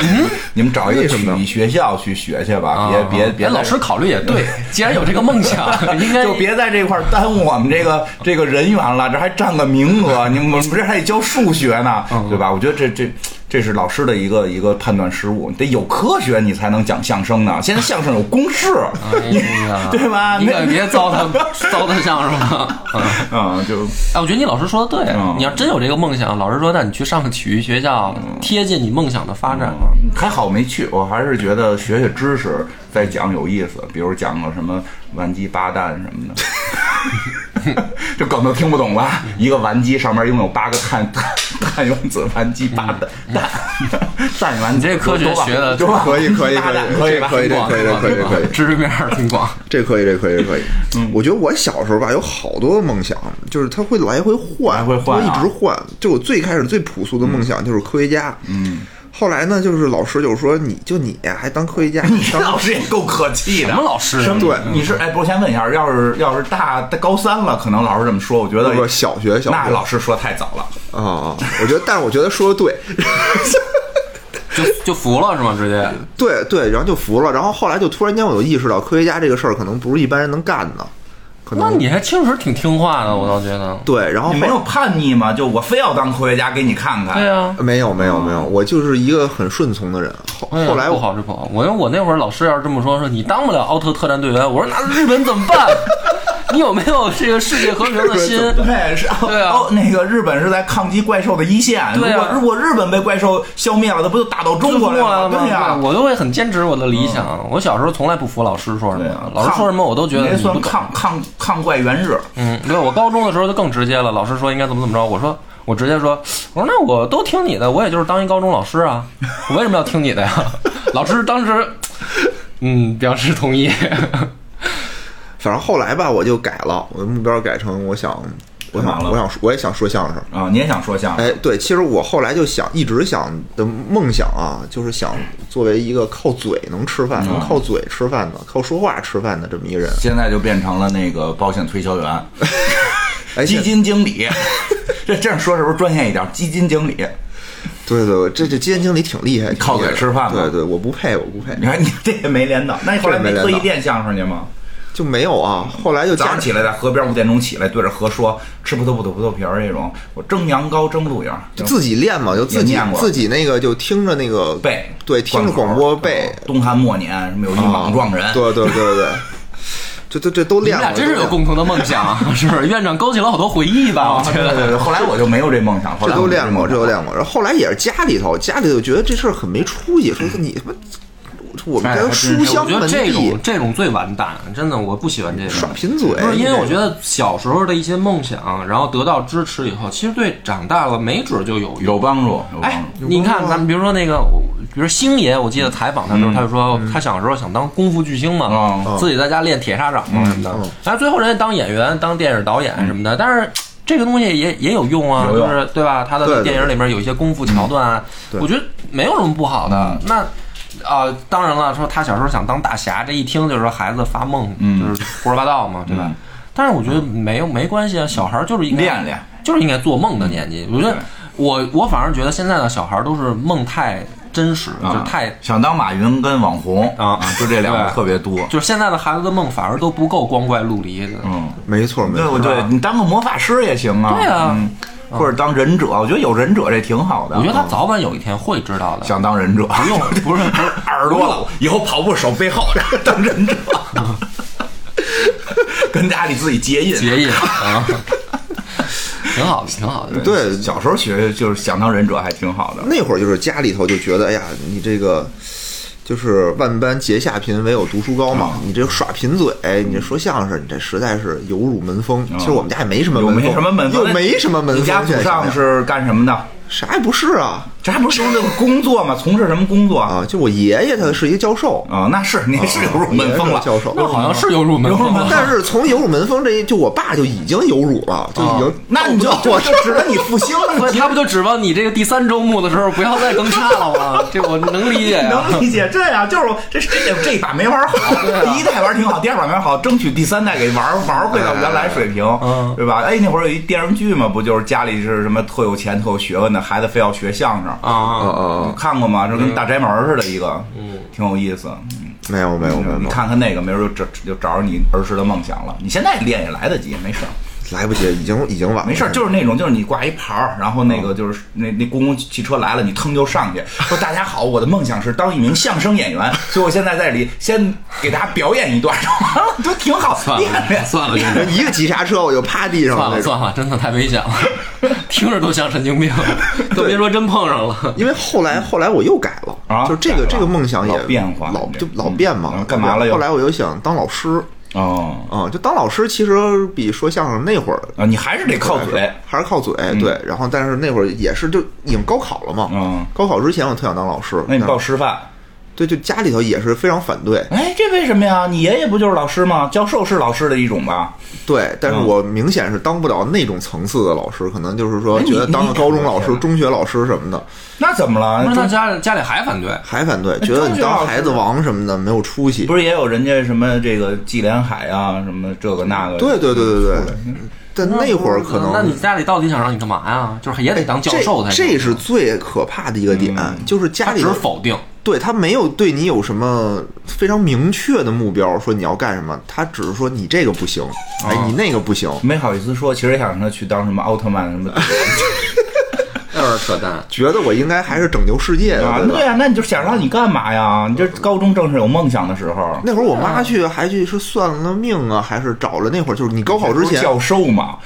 你们找一个为什曲么呢艺学校去嗯学去吧，别别别哎在 老师考虑也对，既然有这个梦想，应该就别在这块儿耽我们这个这个人员了，这还占个名额，你们这还得教数学呢，嗯对吧？我觉得这这这是老师的一个一个判断失误，你得有科学你才能讲相声呢。现在相声有公式，哎呀，对吧你可别糟蹋 糟蹋相声了。嗯嗯，就哎，我觉得你老师说的对，嗯你要真有这个梦想，老师说那你去上个体育学校，贴近你梦想的发嗯展。还好没去，我还是觉得学学知识再讲有意思，比如讲个什么顽鸡八蛋什么的。这梗都听不懂吧？一个顽鸡上面一共有八个碳碳碳原子，顽鸡八蛋蛋蛋原子。你这科学学得对吧？可以可以八蛋可以吧可以可以吧可以可以可以知识面儿挺广。这可以，这可以，这可以。嗯我觉得我小时候吧，有好多梦想，就是他会来回换，来回换啊一直换。就我最开始最朴素的梦想就是科学家，嗯。后来呢，就是老师就说，你就你呀还当科学 家，你这当老师也够客气的，什么老师啊什么对你是哎，不是先问一下，要是要是大大高三了，可能老师这么说，我觉得不是小学小学那老师说太早了。啊啊！我觉得，但是我觉得说的对，就就服了是吗？直接 对对，然后就服了。然后后来就突然间我就意识到，科学家这个事儿可能不是一般人能干的，可那能你还确实挺听话的，我倒觉得。对。然后你没后有叛逆吗？就我非要当科学家给你看哎看。哦对啊，没有没有没有，我就是一个很顺从的人。后哎呀后来不我好是不好，我我那会儿老师要是这么说，说你当不了奥特特战队员，我说那日本怎么 办？你有没有这个世界和平的心？对，是对啊哦，那个日本是在抗击怪兽的一线。对啊如果如果日本被怪兽消灭了，那不就打到中国来了吗？对呀、嗯我都会很坚持我的理想。我小时候从来不服老师说什对么啊，，老师说什么我都觉你得那你不算懂。抗抗抗怪元日。嗯，对我高中的时候就更直接了，老师说应该怎么怎么着，我说我直接说，我说那我都听你的，我也就是当一高中老师 啊，我为什么要听你的呀？老师当时，嗯，表示同意。反正后来吧，我就改了，我的目标改成我想，我干嘛想，了我想，我也想说相声。啊，你也想说相声？哎，对，其实我后来就想，一直想的梦想啊，就是想作为一个靠嘴能吃饭、嗯能靠嘴吃饭的、靠说话吃饭的这么一个人。现在就变成了那个保险推销员、哎，基现金经理。 这这样说是不是专业一点？基金经理，对对，这这基金经理挺厉害，靠挺厉害嘴吃饭嘛对对，我不配，我不配，你看你这也没练到，那你后来这没没练到特意练相声去吗？就没有啊。后来就早加上起来在河边五点钟起来，对着河说吃葡萄不吐葡萄皮儿这种，我蒸羊羔蒸鹿眼儿，就自己练嘛，就自己也念过自己那个就听着那个背哦对，听着广播背。东汉末年什么有一莽撞人，啊对对 对对，就这这都你练们过。俩真是有都练过共同的梦想，啊是不是？院长勾起了好多回忆吧？我啊觉对对得。对，后来我就没有这梦想，后哦这来都我没有练过，这都梦想。练过。然后后来也是家里头，家里头觉得这事儿很没出息，说你他妈，我们嗯哎家还真是书香我觉门得这第种，这种最完蛋，真的，我不喜欢这个耍贫嘴。不是因为我觉得小时候的一些梦想，然后得到支持以后，其实对长大了没准就有用。有帮助，有帮哎助。，你看咱们比如说那个，我比如说星爷，我记得采访他的嗯时候，他就说他小时候想当功夫巨星嘛，嗯自己在家练铁砂掌嘛什么的啊嗯，但是最后人家当演员、当电影导演什么的，但是。这个东西也也有用啊，有就用是对吧？他的对对嗯电影里面有一些功夫桥段啊，对嗯我觉得没有什么不好的。那啊、当然了，说他小时候想当大侠，这一听就是说孩子发梦，嗯就是胡说八道嘛，对吧？嗯但是我觉得没有没关系啊，小孩儿就是应该练练，嗯就是应该做梦的年纪。我觉得对我我反而觉得现在的小孩儿都是梦太真实，就是啊，太想当马云跟网红啊就这两个对特别多。就是现在的孩子的梦反而都不够光怪陆离的。嗯，没错没对，我错，对你当个魔法师也行啊，对啊嗯，或者当忍者，我觉得有忍者这挺好的。我觉得他早晚有一天会知道的。想当忍者，不用，不是不是耳朵了，以后跑步手背后当忍者， 跟家里自己结印。 结印啊，挺好的，挺好的。对小时候学就是想当忍者还挺好的。那会儿就是家里头就觉得，哎呀，你这个。就是万般皆下品，唯有读书高嗯嘛。你这耍贫嘴，你这说相声，你这实在是有辱门风。其实我们家也没什么又门风，嗯没什么门风，又没什么门风。你家祖现在想上想是干什么的？啥也不是啊这还不是那个工作吗？从事什么工作啊？啊！就我爷爷他是一个教授，啊，那是你是有入门风了我爷爷是个。教授，那好像是有入门有入风门了。但是从有辱门风这一，就我爸就已经有辱了，就已经，那你就哦我我就指着你复兴不了，是，他不就指望你这个第三周目的时候不要再更差了吗？这我能理解呀、能理解这样，就是我这这这一把没玩好， 第一代玩挺好，第二把没玩好，争取第三代给玩玩回到原来水平，嗯对吧？哎，那会儿有一电视剧嘛，不就是家里是什么特有钱、特有学问的孩子非要学相声，啊啊啊你看过吗？这跟大宅门似的，一个，嗯，挺有意思。嗯没有没有没有，没你有看看那个，没准就找就找着你儿时的梦想了。你现在练也来得及，没事儿。来不及，已经已经晚了。没事儿，就是那种，就是你挂一牌儿，然后那嗯个就是那那公共汽车来了，你腾就上去说：“大家好，我的梦想是当一名相声演员，所以我现在在这里先给大家表演一段， 完了都挺好，算练练了。算了，真的人一个急刹车我就趴地上算了了那种。算了，真的太危险了，听着都像神经病，都别说真碰上了。因为后来后来我又改了，啊就这改个了这个梦想也老变化老你这就老变嘛嗯。干嘛了又后来我又想当老师哦啊、就当老师其实比说相声那会儿啊，你还是得靠嘴，还是靠嘴、对。然后但是那会儿也是就已经高考了嘛，嗯高考之前我特想当老师，那你报但师范。对，就家里头也是非常反对，哎，这为什么呀？你爷爷不就是老师吗？教授是老师的一种吧？对，但是嗯我明显是当不了那种层次的老师，可能就是说哎你觉得当个高中老你师、中学老师什么的那怎么了？那中家家里还反对，还反对，觉中得你哎学老当师孩子王什么的没有出息不。是也有人家什么这个纪连海啊，什么这个那个？对对对对对，但那会儿可能那哎你家里到底想让你干嘛呀？就是也得当教这授才行啊这是最可怕的一个点，嗯就是家他里只头否定，对他没有对你有什么非常明确的目标，说你要干什么，他只是说你这个不行，哎，啊你那个不行，没好意思说，其实想让他去当什么奥特曼什么的。那是扯淡。觉得我应该还是拯救世界啊的，，吧对？啊，那你就想让你干嘛呀？你这高中正是有梦想的时候，那会儿我妈去还去是算了命啊，还是找了那会儿就是你高考之前，教授嘛，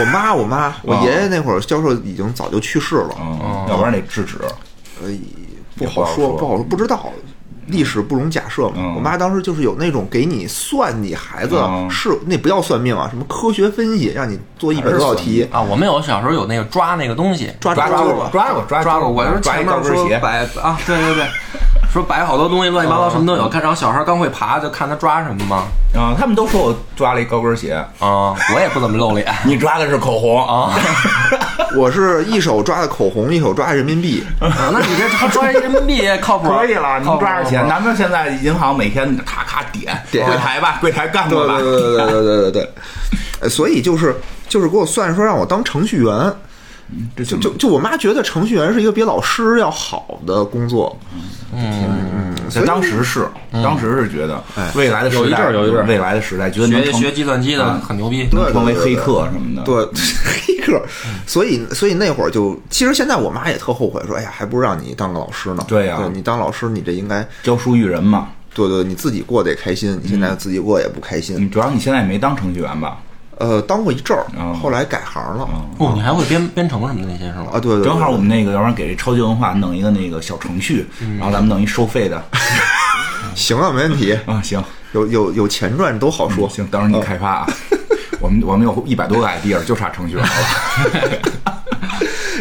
我妈我妈我啊爷爷那会儿教授已经早就去世了，哦嗯，要不然得制止。呃，也不好不好说说不好说，不知道。历史不容假设嘛嗯，我妈当时就是有那种给你算你孩子嗯是那不叫算命啊，什么科学分析，让你做一百多道题，啊，我们有小时候有那个抓那个东西，抓抓抓住吧。抓过，抓抓过。我就说抓前一高面跟说鞋，摆啊，对对对，说摆好多东西，乱七八糟什么都有。看，然后小孩刚会爬，就看他抓什么嘛。啊，他们都说我抓了一高跟鞋，啊，我也不怎么露脸你抓的是口红啊， 啊。 我是一手抓的口红，一手抓人民 币，啊那你这他抓一人民币靠谱？可以了，靠能谱抓着钱。。难道啊现在银行每天咔咔点点柜台吧，柜台干对过吧对？对对对对对对，呃所以就是就是给我算说让我当程序员，这就就就我妈觉得程序员是一个比老师要好的工作，嗯在嗯当时是，当时是觉得未来的时代，哎有一阵儿有一阵儿未来的时代，觉得能学成学计算机的很牛逼，能成为黑客什么的。对， 黑客，所以所以那会儿就，其实现在我妈也特后悔，说，哎呀，还不如让你当个老师呢。对呀你当老师，你这应该，教书育人嘛，对对，你自己过得也开心，你现嗯在自己过也不开心。你主要你现在也没当程序员吧？呃，当过一阵儿哦，后来改行了。哦，你还会编编程什么的那些是吗？啊，对对，对嗯正好我们那个，要不然给超级文化弄一个那个小程序，然后咱们弄一收费的行啊，没问题，啊，行有有有钱赚都好说。行，到时候你开发啊，我们我们有一百多个 idea，就差程序员了。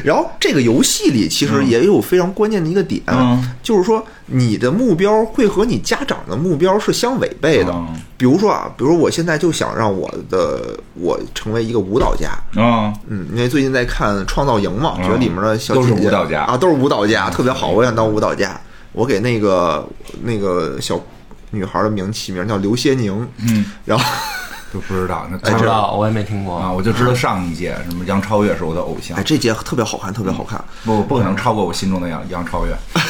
然后这个游戏里其实也有非常关键的一个点，嗯就是说你的目标会和你家长的目标是相违背的。嗯比如说啊，比如我现在就想让我的我成为一个舞蹈家，嗯，嗯，因为最近在看《创造营》嘛，嗯觉得里面的小都是姐姐舞蹈家嗯啊，都是舞蹈家，特别好，我想当舞蹈家。我给那个那个小女孩的名起名叫刘歇宁，嗯，然后就不知哎道那不不知道，我也没听过啊，。我就知道上一届什么杨超越是我的偶像哎，，这节特别好看，特别好看。不不可能超过我心中的杨杨超越。嗯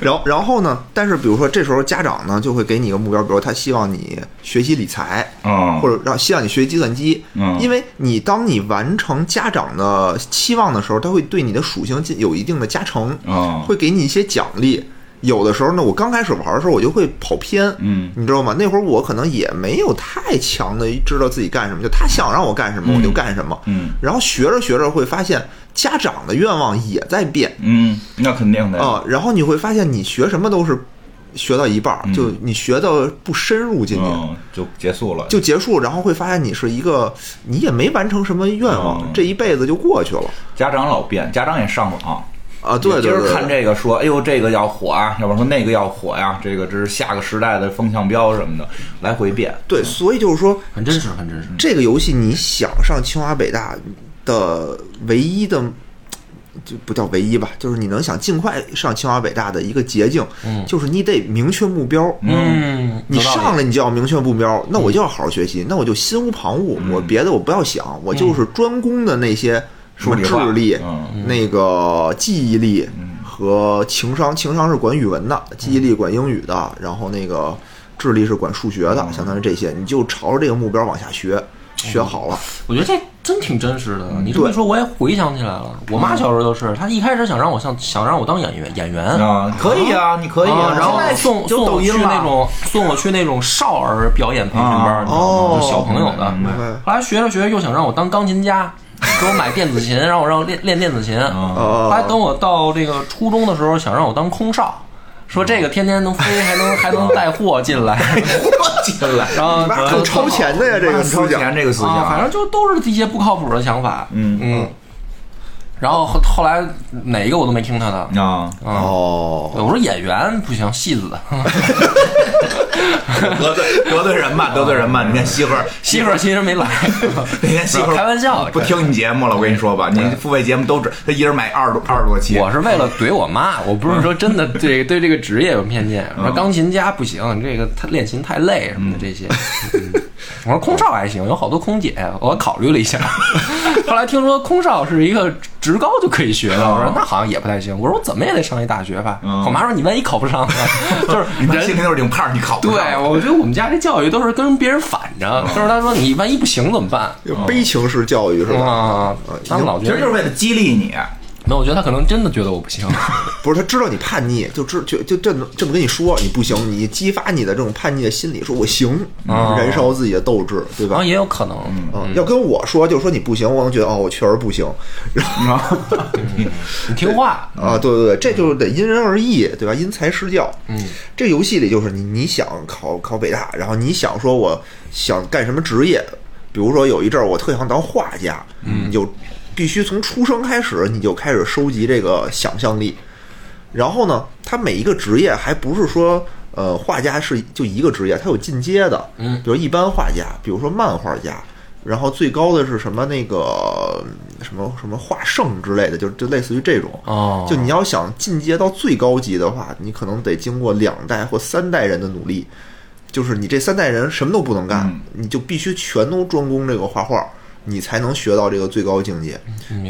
然后然后呢，但是比如说这时候家长呢就会给你一个目标，比如他希望你学习理财，嗯或者让希望你学习计算机，嗯因为你当你完成家长的期望的时候，他会对你的属性进有一定的加成，嗯会给你一些奖励。有的时候呢，我刚开始玩的时候，我就会跑偏，嗯你知道吗？那会儿我可能也没有太强的知道自己干什么，就他想让我干什么我就干什么，嗯然后学着学着会发现家长的愿望也在变，嗯，那肯定的呀。啊、然后你会发现你学什么都是学到一半儿，就你学的不深入进去。嗯，就结束了。就结束，然后会发现你是一个，你也没完成什么愿望，嗯这一辈子就过去了家长老变，家长也上网。啊！对今对儿对，看这个说，哎呦，这个要火啊，要不然说那个要火呀、这个这是下个时代的风向标什么的，来回 变。对，所以就是说，很真实，很真实。这个游戏你想上清华北大的唯一的，就不叫唯一吧，就是你能想尽快上清华北大的一个捷径，嗯就是你得明确目标，嗯，你有道理上来你就要明确目标，那我就要好好学习，那我就心无旁骛，我别的我不要想，我就是专攻的那些什么智力嗯、那个记忆力和情商，情商是管语文的，记忆力管英语的，然后那个智力是管数学的，相当于这些，你就朝着这个目标往下学，学好了。我觉得这真挺真实的。嗯你这么一说，我也回想起来了。我妈小时候就是，她一开始想让我像想让我当演员演员，啊，可以啊，你可以啊啊，然后现在送有送抖我去音了那种送我去那种少儿表演培训班儿，啊你知道吗？哦就小朋友的明白明白。后来学着学着又想让我当钢琴家，给我买电子琴，让我让我练练电子琴。啊，呃，后来等我到这个初中的时候，想让我当空少，说这个天天能飞，还能还能带货进 来，呃进来。 然后你妈就够超前的呀，这个思超想前这个思想，啊啊，反正就都是一些不靠谱的想法。嗯嗯。然后后后来哪一个我都没听他的。嗯啊，哦，我说演员不行，戏 子。得罪得罪人吧，得罪人吧。你看媳妇儿，媳妇儿其实没 来，那天媳妇儿开玩笑的不听你节目了。我跟你说吧，你付费节目都只他一人买二十多二十多期，我是为了怼我妈，我不是嗯说真的对对这个职业有偏见。我说钢琴家不行，这个他练琴太累什么的这些。嗯我说空少还行，有好多空姐，我考虑了一下。 后来听说空少是一个职高就可以学的，我说那好像也不太行。我说我怎么也得上一大学吧。嗯我妈说你万一考不上呢？ 就是 你妈人心里就是领胖，你考不对上，我觉得我们家这教育都是跟别人反着，嗯就是他说你万一不行怎么办？就悲情式教育是吧？啊，他们老其觉实就是得，为了激励你。那我觉得他可能真的觉得我不行。不是，他知道你叛逆，就知就就这么这么跟你说，你不行，你激发你的这种叛逆的心理，说我行，哦燃烧自己的斗志，对然后吧？也有可能，嗯，要跟我说，就说你不行，我能觉得哦，我确实不行，然后啊， 你听话，啊，对对对，这就是得因人而异，对吧？因材施教。嗯，这游戏里就是你你想考考北大，然后你想说我想干什么职业，比如说有一阵儿我特想当画家，嗯，你就必须从出生开始你就开始收集这个想象力。然后呢，它每一个职业还不是说，呃，画家是就一个职业，它有进阶的，嗯，比如一般画家，比如说漫画家，然后最高的是什么那个什么什么画圣之类的，就就类似于这种，哦就你要想进阶到最高级的话，你可能得经过两代或三代人的努力，就是你这三代人什么都不能干，你就必须全都专攻这个画画，你才能学到这个最高境界。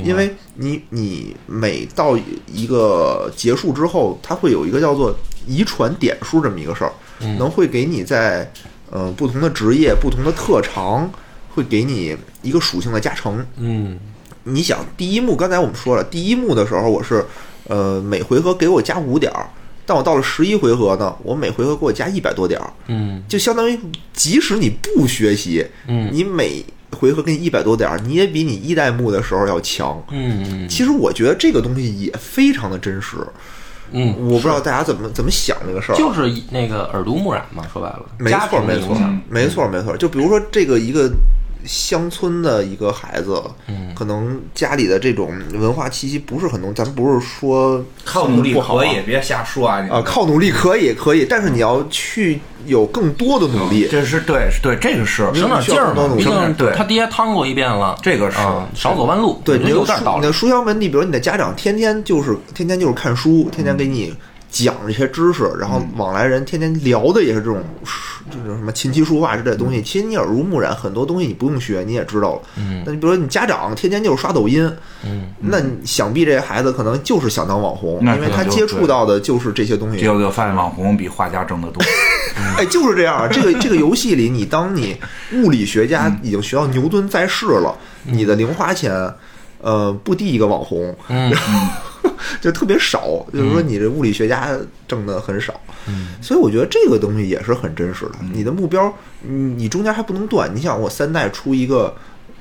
因为你你每到一个结束之后，它会有一个叫做遗传点数这么一个事儿，能会给你在呃不同的职业、不同的特长，会给你一个属性的加成。嗯你想第一幕，刚才我们说了，第一幕的时候我是，呃，每回合给我加五点儿，但我到了十一回合呢，我每回合给我加一百多点儿，嗯就相当于即使你不学习，嗯你每回合给你一百多点儿，你也比你一代目的时候要强。嗯其实我觉得这个东西也非常的真实，嗯，我不知道大家怎么怎么想这个事儿。就是那个耳濡目染嘛，说白了，嗯没家错，庭的没影错响，，没错，没错。就比如说这个一个乡村的一个孩子，嗯可能家里的这种文化气息不是很浓，咱不是说靠努力不好可啊以，别瞎说啊！你啊，靠努力可以可以，但是你要去有更多的努力。这是对是对，这个是省点劲儿嘛，毕竟对他爹趟过一遍了，这个是啊少走弯路，对，我你觉得有的点书道你理的。书香门第，比如你的家长天天就是天天就是看书，天天给你讲这些知识，然后嗯往来人天天聊的也是这种这种什么琴棋书画之类的嗯东西，其实你耳濡目染，很多东西你不用学，你也知道了。嗯，那你比如说你家长天天就是刷抖音，嗯，那你想必这孩子可能就是想当网红，那因为可他能就接对触到的就是这些东西结。果就发现网红比画家挣得多。哎，就是这样儿。这个这个游戏里，你当你物理学家嗯已经学到牛顿在世了，你的零花钱，呃，不低一个网红，嗯然后就特别少，就是说你这物理学家挣的很少。嗯所以我觉得这个东西也是很真实的。你的目标，你你中间还不能断。你想，我三代出一个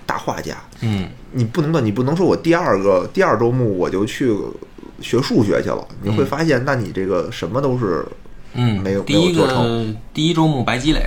大画家，嗯，你不能断，你不能说我第二个第二周目我就去学数学去了，你会发现，那你这个什么都是。嗯，没有第一没有做个第一周目白积累，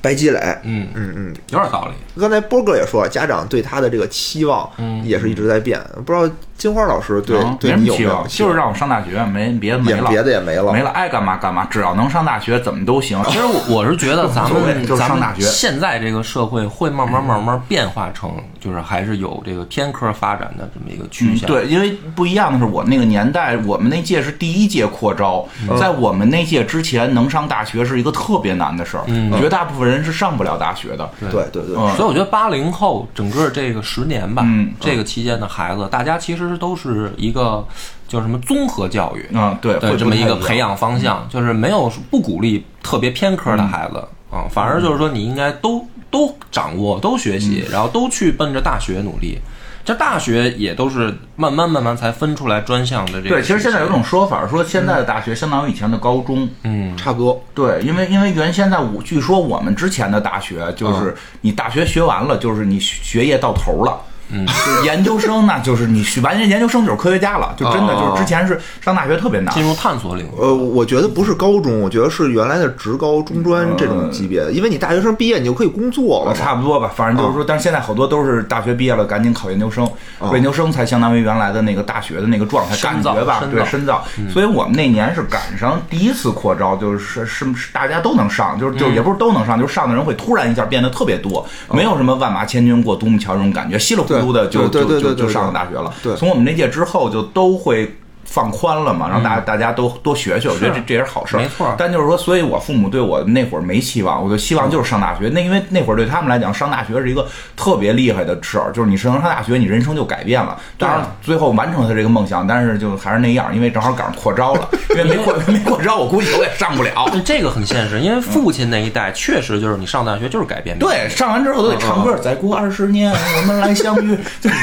白积累，嗯嗯嗯，有点道理。刚才波哥也说，家长对他的这个期望也是一直在变。不知道金花老师 对、啊嗯没对什你么有没期有望，就是让我上大学，没别的没也了，别的也没了。哦没了，爱干嘛干嘛，只要能上大学，怎么都行。其实我我是觉得咱无所谓们就是咱上大们学现在这个社会会慢慢慢慢变化成，就是还是有这个偏科发展的这么一个趋嗯向。对，因为不一样的是，我那个年代，我们那届是第一届扩招，嗯在我们那届之前，能上大学是一个特别难的事儿，绝大部分人是上不了大学的。嗯对对对，嗯所以我觉得八零后整个这个十年吧，嗯这个期间的孩子，大家其实都是一个就是什么综合教育啊，嗯对，的会这么一个不太培养方向，就是没有不鼓励特别偏科嗯的孩子啊，反而就是说你应该都都掌握，都学习，嗯然后都去奔着大学努力。这大学也都是慢慢慢慢才分出来专项的这个。对，其实现在有种说法说，现在的大学相当于以前的高中。嗯，差不多。对，因为因为原先在我据说我们之前的大学就是你大学学完了，就是你学业到头了。嗯，研究生那就是你学完研究生就是科学家了，就真的哦就是之前是上大学特别难进。入探索领域。嗯呃，我觉得不是高中，我觉得是原来的职高、中专这种级别的，因为你大学生毕业你就可以工作了嘛。嗯啊差不多吧，反正啊就是说，但是现在好多都是大学毕业了，赶紧考研究生，哦研究生才相当于原来的那个大学的那个状态，深感造觉吧，深对，造嗯深造。所以我们那年是赶上第一次扩招，就是是是大家都能上，就是嗯就是也不是都能上，就是上的人会突然一下变得特别多，没有什么万马千军过独木桥这种感觉，稀里糊涂的就对就对对对就对就对上了大学了。对从我们那届之后就都会。放宽了嘛，让大家大家都多学学，我觉得这这也是好事儿。嗯没错但就是说，所以我父母对我那会儿没期望，我的希望就是上大学。那因为那会儿对他们来讲，上大学是一个特别厉害的事儿，就是你上上大学，你人生就改变了。当然，最后完成了他这个梦想，但是就还是那样，因为正好赶上扩招 了，因为没扩没扩招，我估计我也上不了。这个很现实，因为父亲那一代确实就是你上大学就是改变嗯命运。对，上完之后都得唱歌，再过二十年我们来相遇，就是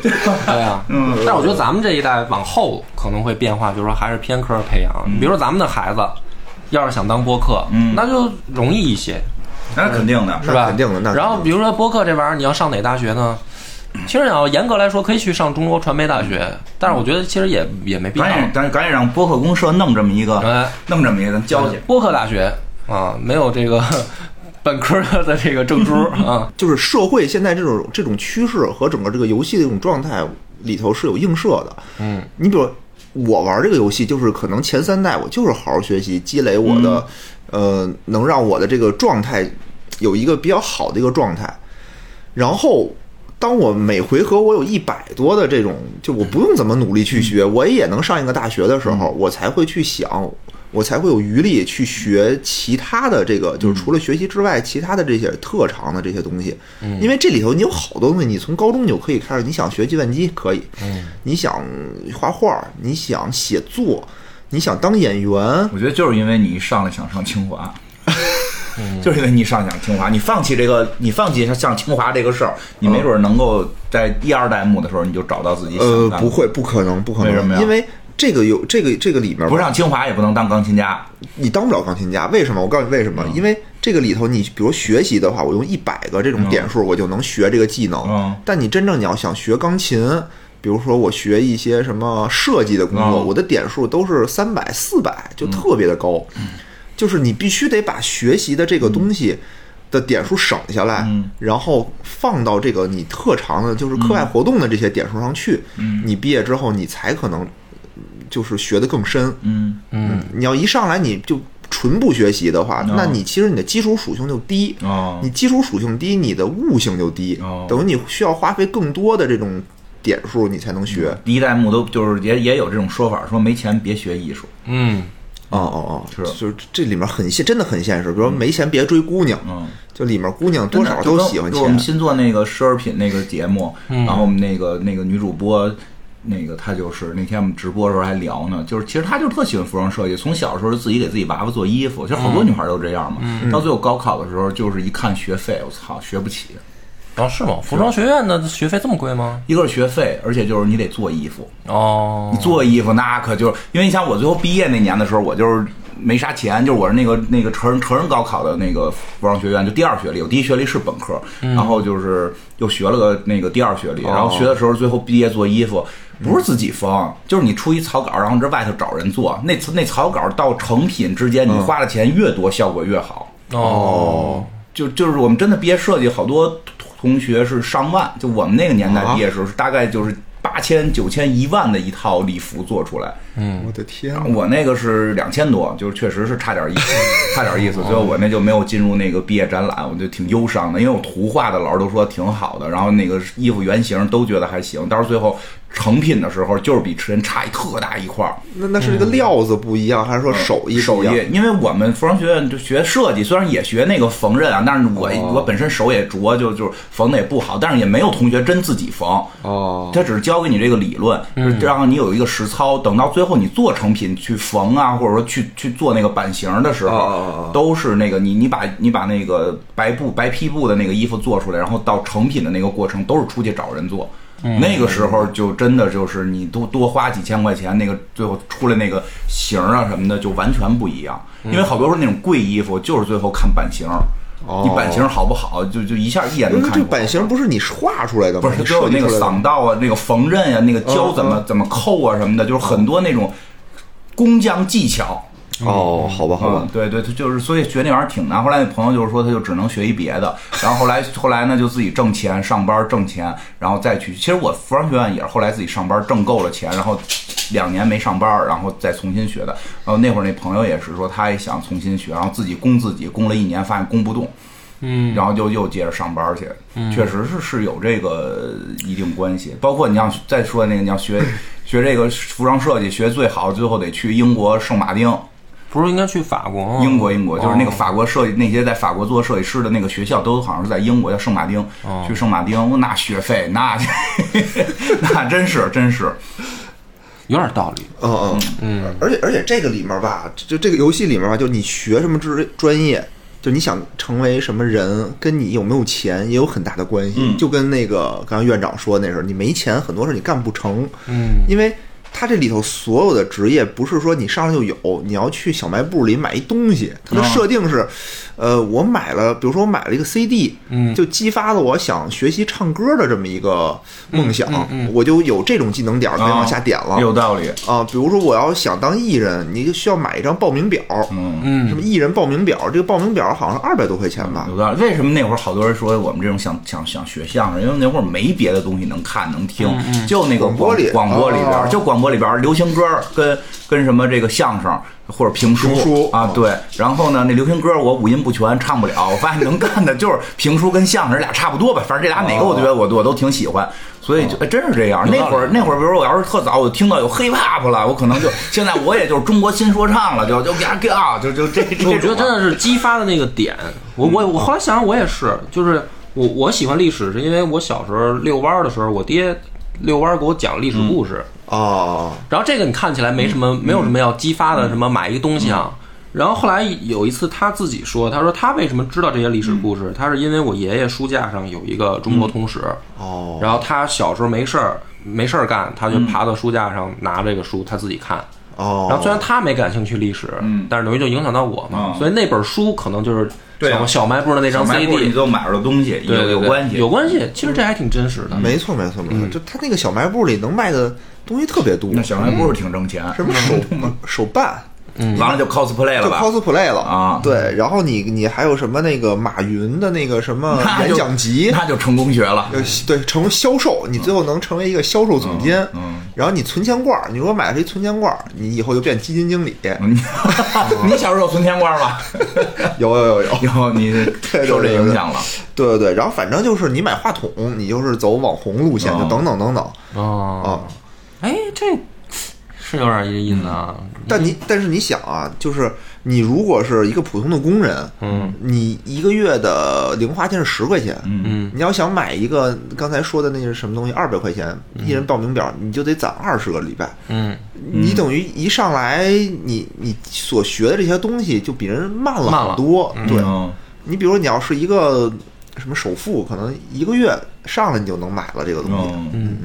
对吧？对啊，嗯，但是我觉得咱们这一代往后可能会变化，就是说还是偏科培养。嗯比如说咱们的孩子，要是想当播客，那就容易一些，那肯定的，是吧？那肯定的那然后肯定的比如说播客这玩意儿，你要上哪大学呢？其实你要严格来说，可以去上中国传媒大学，但是我觉得其实也也没必要赶。紧赶紧赶紧让播客公社弄这么一个哎，弄这么一个，咱交去。播客大学啊，没有这个 本科的这个 证书啊。就是社会现在这种这种趋势和整个这个游戏的这种状态里头是有映射的。嗯，你比如我玩这个游戏，就是可能前三代我就是好好学习，积累我的、呃，能让我的这个状态有一个比较好的一个状态。然后，当我每回合我有一百多的这种，就我不用怎么努力去嗯学，我也能上一个大学的时候，我才会去想，我才会有余力去学其他的这嗯个，就是除了学习之外，其他的这些特长的这些东西。嗯因为这里头你有好多东西，你从高中就可以开始，你想学计算机可以，嗯你想画画，你想写作，你想当演员，我觉得就是因为你一上来想上清华，就是因为你上想清华，你放弃这个，你放弃上清华这个事儿，你没准能够在一二代目的时候你就找到自己想呃，干的不，会，不可能，不可能，为什么呀因为这个有这个这个里面吧不上清华也不能当钢琴家，你当不了钢琴家，为什么？我告诉你为什么，嗯因为这个里头，你比如学习的话，我用一百个这种点数，我就能学这个技能。嗯但你真正你要想学钢琴，比如说我学一些什么设计的工作，嗯我的点数都是三百、四百，就特别的高。嗯就是你必须得把学习的这个东西的点数省下来，嗯然后放到这个你特长的，就是课外活动的这些点数上去。嗯你毕业之后，你才可能就是学得更深。嗯嗯，你要一上来你就纯不学习的话，哦那你其实你的基础属性就低。哦你基础属性低，你的悟性就低，哦等于你需要花费更多的这种点数，你才能学。第一代目都就是也也有这种说法，说没钱别学艺术，嗯，哦哦哦，是就是这里面很现，真的很现实。比如说没钱别追姑娘，嗯。就里面姑娘真多的少就都跟喜欢就我们钱。新做那个奢侈品那个节目，然后我们那个那个女主播。那个她就是那天我们直播的时候还聊呢，就是其实她就是特喜欢服装设计，从小的时候自己给自己娃娃做衣服，其实好多女孩都这样嘛。到最后高考的时候，就是一看学费，我操，学不起。啊是吗？服装学院的学费这么贵吗？一个是学费，而且就是你得做衣服，哦你，做衣服那可就是因为你想我最后毕业那年的时候，我就是没啥钱，就是我是那个那个成人成人高考的那个服装学院，就第二学历，我第一学历是本科，然后就是又学了个那个第二学历，然后学的时候最后毕业做衣服。不是自己缝，就是你出一草稿，然后这外头找人做，那那草稿到成品之间，你花的钱越多，效果越好。哦，就就是我们真的毕业设计，好多同学是上万，就我们那个年代啊毕业的时候是大概就是八千、九千、一万的一套礼服做出来。我的天哪！我那个是两千多，就是确实是差点意思，差点意思。最后我那就没有进入那个毕业展览，我就挺忧伤的，因为我图画的老师都说挺好的，然后那个衣服原型都觉得还行，但是最后成品的时候，就是比之前差一特大一块儿。那那是这个料子不一样，还是说手艺嗯手不一样艺？，因为我们服装学院就学设计，虽然也学那个缝纫啊，但是我、哦我本身手也拙，就就是缝的也不好，但是也没有同学真自己缝。哦，他只是教给你这个理论，嗯让你有一个实操。等到最后你做成品去缝啊，或者说去去做那个版型的时候，哦哦哦哦都是那个你你把你把那个白布白坯布的那个衣服做出来，然后到成品的那个过程都是出去找人做。嗯那个时候就真的就是你多多花几千块钱，那个最后出来那个型儿啊什么的就完全不一样。嗯因为好多时候那种贵衣服就是最后看版型儿，哦你版型好不好就就一下一眼能那看这出来。版型不是你画出来的吗？不是，它你都有设计那个出来的嗯嗓道啊，那个缝纫呀、那个胶怎么、怎么扣啊什么的，就是很多那种工匠技巧。哦，好吧，好吧嗯，，对对，他就是，所以学那玩意儿挺难。后来那朋友就是说，他就只能学一别的，然后后来后来呢，就自己挣钱，上班挣钱，然后再去。其实我服装学院也是后来自己上班挣够了钱，然后两年没上班，然后再重新学的。然后那会儿那朋友也是说，他也想重新学，然后自己供自己，供了一年，发现供不动。嗯，然后就又接着上班去，确实是是有这个一定关系。包括你要再说那个，你要学学这个服装设计，学最好最后得去英国圣马丁，不是应该去法国嗯吗？英国英国就是那个哦法国设计那些在法国做设计师的那个学校都好像是在英国叫圣马丁，哦去圣马丁那学费那 那真是真是，有点道理。嗯嗯嗯，而且而且这个里面吧，就这个游戏里面吧，就你学什么专专业，就你想成为什么人，跟你有没有钱也有很大的关系。就跟那个刚刚院长说的那事儿，你没钱，很多事儿你干不成。嗯，因为它这里头所有的职业不是说你上来就有，你要去小卖部里买一东西，它的设定是，呃，我买了，比如说我买了一个 CD，嗯，就激发了我想学习唱歌的这么一个梦想，我就有这种技能点儿，可以往下点了。嗯有道理。啊，比如说我要想当艺人，你就需要买一张报名表，嗯嗯，什么艺人报名表，这个报名表好像二百多块钱吧，有道理。为什么那会儿好多人说我们这种想想想学相声，因为那会儿没别的东西能看能听，嗯就那个广播里广播里边儿，哦就广播里边儿流行歌儿跟跟什么这个相声或者评书评书啊哦，对。然后呢，那流行歌儿我五音不全，唱不了。我发现能干的就是评书跟相声俩差不多吧，反正这俩哪个我觉得我我都挺喜欢。所以就哎真是这样。哦有道那理会儿那会儿，比如说我要是特早，我听到有 hip hop 了，我可能就现在我也就是中国新说唱了，就就呀呀，啊就就这。这我觉得种真了的是激发的那个点。我我我后来想想，我也是，就是我我喜欢历史，是因为我小时候遛弯儿的时候，我爹遛弯儿给我讲历史故事。哦，然后这个你看起来没什么，没有什么要激发的，什么买一个东西啊。然后后来有一次他自己说，他说他为什么知道这些历史故事，他是因为我爷爷书架上有一个中国通史，哦，然后他小时候没事儿没事儿干，他就爬到书架上拿这个书他自己看。哦，然后虽然他没感兴趣历史，嗯但是等于就影响到我嘛，嗯所以那本书可能就是对啊小小卖部的那小张卖 CD，部你都买着东西，对对对有有关系，嗯有关系。其实这还挺真实的。没错没错没错，就他那个小卖部里能卖的东西特别多，那小卖部嗯是挺挣钱，什么手手办，嗯完了就 cosplay 就了吧？ cosplay 了啊对，然后你你还有什么那个马云的那个什么 那就演讲集。那就成功学 了。呃，对，成为销售，你最后能成为一个销售总监，嗯嗯然后你存钱罐儿，你如果买了一存钱罐儿，你以后就变基金经理， 你嗯你小时候有存钱罐 吧？有有有有，以后你对对受这影响了。对对对，然后反正就是你买话筒，你就是走网红路线，哦就等等等等哦啊，。哎，这是有点意思啊。嗯但你但是你想啊，就是你如果是一个普通的工人，嗯，你一个月的零花钱是十块钱，嗯你要想买一个刚才说的那是什么东西，二百块钱，一人报名表，你就得攒二十个礼拜。嗯，你等于一上来，你你所学的这些东西就比人慢了慢了很多。对，嗯你比如你要是一个什么首付，可能一个月上来你就能买了这个东哦西。嗯，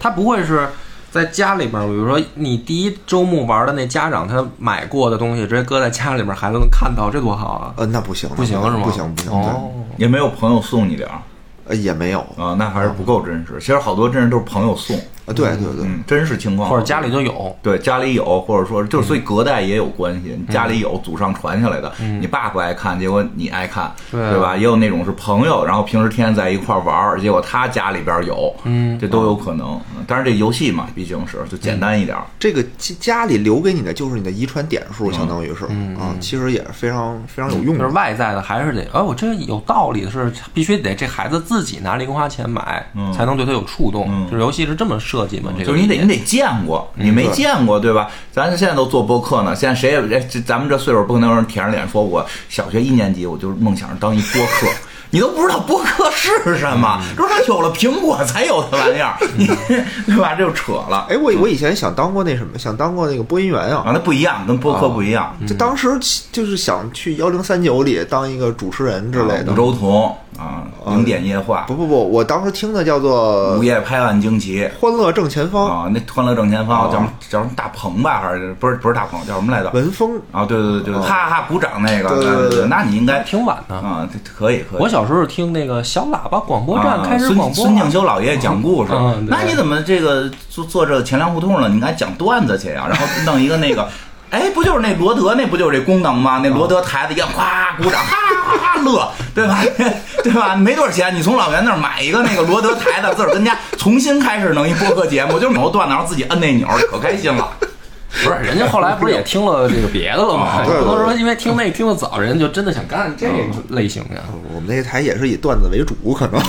他不会是在家里边儿，比如说你第一周末玩的那家长他买过的东西，直接搁在家里边儿，孩子能看到，这多好啊！呃，那不行，不行那是吗？不行不行，哦，也没有朋友送你点儿对呃，也没有，啊，那还是不够真实。其实好多真是都是朋友送，啊，对对对，嗯，真实情况或者家里就有。对，家里有，或者说就是，嗯所以隔代也有关系。你家里有祖上传下来的，你爸不爱看，结果你爱看，对啊对吧？也有那种是朋友，然后平时天天在一块儿玩儿，结果他家里边有，嗯，这哦都有可能。但是这游戏嘛，毕竟是就简单一点儿。这个家家里留给你的就是你的遗传点嗯数，相当于是啊，其实也是非常非常有用就是哦的。外在的，还是得，哎，我这有道理的是，必须得这孩子自自己拿零花钱买，嗯才能对它有触动。嗯就是游戏是这么设计嘛？这个就是你得理你念得见过，嗯你没见过对吧？咱现在都做播客呢，现在谁也哎这咱们这岁数不可能有人舔着脸说我小学一年级我就是梦想是当一播客，你都不知道播客是什么，嗯说他有了苹果才有的玩意儿，你 对吧？这就扯了哎，我我以前想当过那什么，想当过那个播音员啊啊，，那不一样，跟播客不一样，啊就当时就是想去幺零三九里当一个主持人之类的五。洲同啊，零点夜话不，不不，我当时听的叫做午夜拍案惊奇。 《欢乐正前方啊，那《欢乐正前哦方》叫什么叫什么大鹏吧，还是不是不是大鹏，叫什么来着》，？文风啊，对对对对，哦哈哈哈鼓掌那个，啊对对对对那你应该哎挺晚的。啊，这可以可以。我小时候听那个小喇叭广播站啊开始孙广播孙敬修老爷爷讲故事嗯嗯，对那你怎么这个坐坐这前粮胡同了？你应该讲段子去呀，然后弄一个那个。哎，不就是那罗德，那不就是这功能吗？那罗德抬子一样，咵鼓掌，哈哈哈乐，对吧？ 对吧？没多少钱，你从老袁那儿买一个那个罗德抬子，自个儿跟家重新开始弄一播客节目，就是某段子，然后自己摁那钮儿，可开心了。不是，人家后来不是也听了这个别的了吗？啊不对对能说因为听那听的早，人家就真的想干这嗯个类型的。我们那台也是以段子为主，可能啊，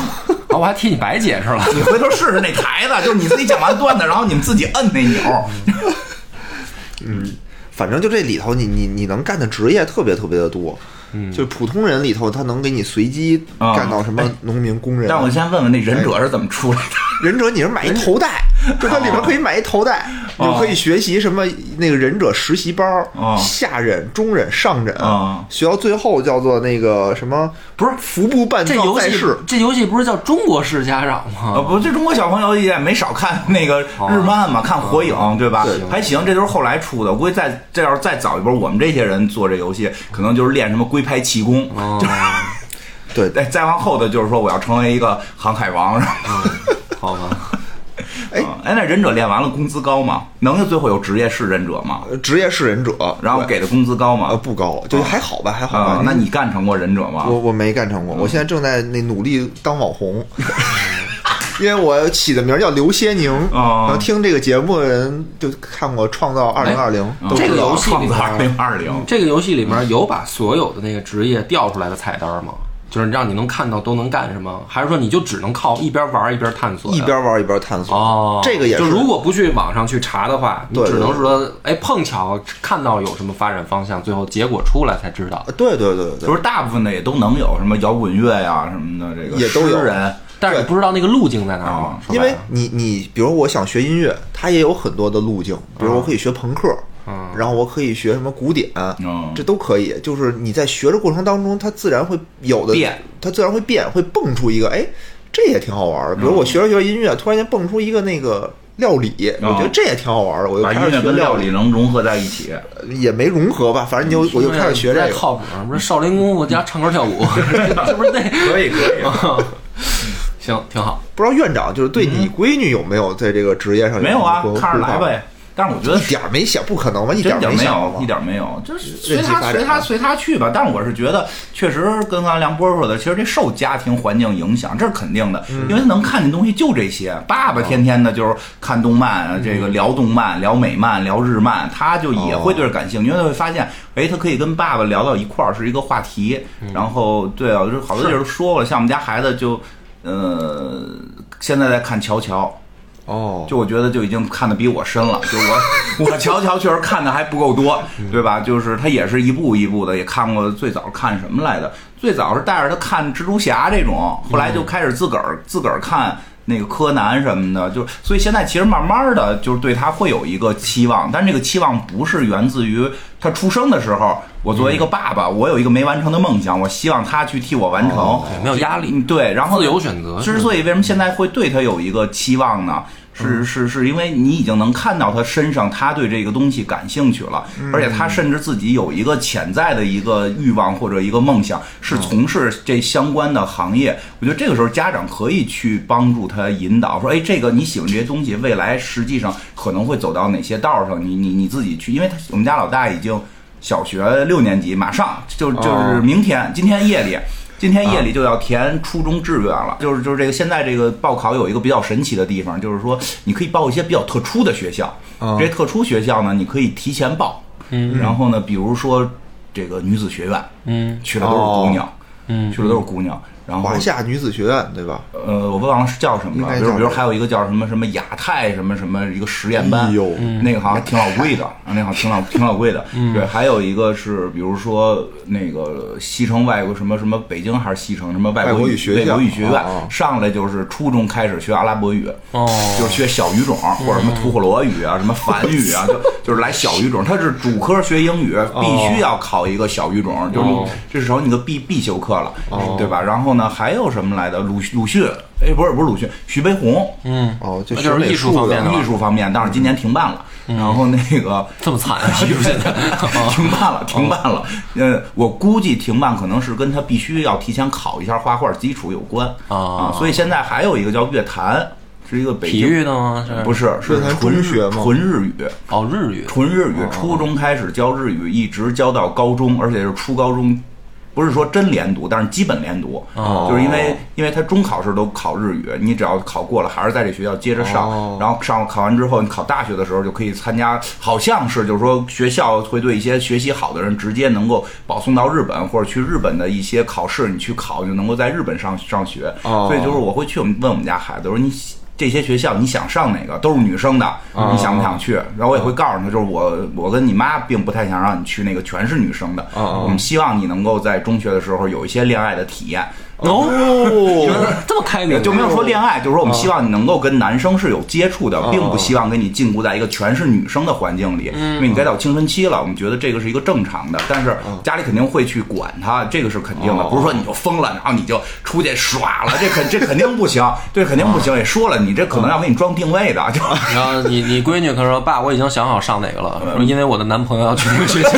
我还替你白解释了。你回头试试那台子，就是你自己讲完段子，然后你们自己摁那钮儿。反正就这里头你，你你能干的职业特别特别的多。嗯，就普通人里头，他能给你随机啊干到什么农民、工人。啊让我先问问那忍者是怎么出来的？忍者，你是买一头戴，就它里面可以买一头戴，你就可以学习什么那个忍者实习班儿哦下忍、中忍、上忍哦，学到最后叫做那个什么，不是服部半这藏游在戏世，这游戏不是叫中国式家长吗？啊，不，这中国小朋友也没少看那个哦日漫嘛，看《火影》，对吧？还行，这都是后来出的。我估计再这要是再早一波，我们这些人做这游戏，可能就是练什么龟派气功。 哦，对，哎，再往后的就是说我要成为一个航海王，是吧？好吧，哎啊 哎，那忍者练完了工资高吗？能最后有职业是忍者吗？呃职业是忍者，然后对给的工资高呃吗？不高，就还好吧，还好吧啊，。那你干成过忍者吗？呃嗯我我没干成过，我现在正在那努力当网红，因为我起的名儿叫刘歇宁，哦然后听这个节目的人就看过《创造二零二零》，都这知个道嗯游老戏创里造二边零二零，这个游戏里面有把所有的那个职业调出来的菜单吗？就是让你能看到都能干什么，还是说你就只能靠一边玩一边探索呀？一边玩一边探索。哦，这个也是就如果不去网上去查的话，你对只对能说哎碰巧看到有什么发展方向，最后结果出来才知道呃。对对对对就是大部分的也都能有，什么摇滚乐呀什么的，这个也都有诗人。但是你不知道那个路径在哪儿吗啊？是吧对，因为你你比如我想学音乐，它也有很多的路径，嗯比如我可以学朋克。嗯然后我可以学什么古典，嗯这都可以。就是你在学的过程当中，它自然会有的变，它自然会变，会蹦出一个，哎，这也挺好玩嗯的。比如我学着学着音乐，突然间蹦出一个那个料理，嗯我觉得这也挺好玩的，我就把开音始乐学跟料料理嗯理，能融合在一起，也没融合吧，反正就我就开始学这不太个。靠谱，不是少林功夫加唱歌跳舞， 是不是那？可以可 以。啊行，挺好。不知道院长就是对你闺女有没有在这个职业上嗯没有啊，看着来来，呗。但是我觉得一点儿没想，不可能吧？一真点一点儿没没想有，吧一？点没有，就是随任其他发展啊随他吧随他去吧。但是我是觉得，确实跟刚才梁波说的，其实这受家庭环境影响，这是肯定的，嗯因为能看见东西就这些。爸哦爸天天的就是看动漫，啊这嗯个聊动漫、聊美漫、聊日漫，他就也哦会对这感兴趣，因为他会发现，哎，他可以跟爸爸聊到一块儿，是一个话题。嗯然后，对啊，就是好多地儿都说过了，像我们家孩子就，呃，现在在看《乔乔》。哦，就我觉得就已经看的比我深了，就我我乔乔确实看的还不够 多，嗯对吧？就是他也是一步一步的，也看过最早看什么来的，最早是带着他看蜘蛛侠这种，后来就嗯开始自个儿自个儿看。那个柯南什么的，就所以现在其实慢慢的就是对他会有一个期望，但这个期望不是源自于他出生的时候，我作为嗯一个爸爸，我有一个没完成的梦想，我希望他去替我完成，对哦没有压力嗯对，然后自由选择之所以为什么现在会对他有一个期望呢？是嗯是是因为你已经能看到他身上，他对这个东西感兴趣了，嗯而且他甚至自己有一个潜在的一个欲望或者一个梦想，嗯是从事这相关的行业。我觉得这个时候家长可以去帮助他引导，说，哎，这个你喜欢这些东西，未来实际上可能会走到哪些道上，你你你自己去，因为他我们家老大已经小学六年级，马上就就是明天，今天夜里。今天夜里就要填初中志愿了，就是就是这个现在这个报考有一个比较神奇的地方，就是说你可以报一些比较特殊的学校，这些特殊学校呢，你可以提前报，哦嗯，然后呢，比如说这个女子学院，嗯，哦去的都是姑娘，嗯，去的都是姑娘。然后华夏女子学院，对吧？呃，我忘了是叫什么应了，该比如叫比如还有一个叫什么什么亚太什么什么一个实验班哎呦，那个好像挺老贵的，啊那个好像挺老挺老贵的。对，还有一个是比如说那个西城外国什么什么北京还是西城什么外外国语语学外国语学校院哦，上来就是初中开始学阿拉伯语，哦就是学小语种或者什么吐火罗语啊，什么梵语啊，就就是来小语种，它是主科学英语，必须要考一个小语种，就是你哦这是成你的必必修课了，对吧？然后呢，还有什么来的？鲁鲁迅，哎，不是不是鲁迅，徐悲鸿，哎嗯，哦，就那学就是美艺术方术的面的吧艺术方面，但是今年停办了。然后那个这么 惨啊！就是现在 停办了，停办哦了。呃，我估计停办可能是跟他必须要提前考一下画画基础有关哦啊。所以现在还有一个叫乐坛，是一个北体京育的吗？是不是是乐坛纯中日学吗纯日语。哦，日语纯日语，初中开始教日语，一直教到高中，而且是初高中，不是说真连读，但是基本连读，哦就是因为因为他中考时都考日语，你只要考过了，还是在这学校接着上，哦然后上了考完之后，你考大学的时候就可以参加，好像是就是说学校会对一些学习好的人直接能够保送到日本或者去日本的一些考试，你去考就能够在日本上上学，哦所以就是我会去我们问我们家孩子，我说你。这些学校你想上哪个都是女生的，你想不想去？然后我也会告诉他，就是我我跟你妈并不太想让你去那个全是女生的，哦我们希望你能够在中学的时候有一些恋爱的体验，哦，哦，这么开明就没有说恋爱，就是说我们希望你能够跟男生是有接触的，并不希望跟你禁锢在一个全是女生的环境里，因为你该到青春期了，我们觉得这个是一个正常的，但是家里肯定会去管他，这个是肯定的，哦不是说你就疯了，然后你就出去耍了，这肯这肯定不行，这肯定不行，也说了，你这可能要给你装定位的，就。然后你你闺女可能说：“爸，我已经想好上哪个了，说嗯因为我的男朋友要去这个学 校。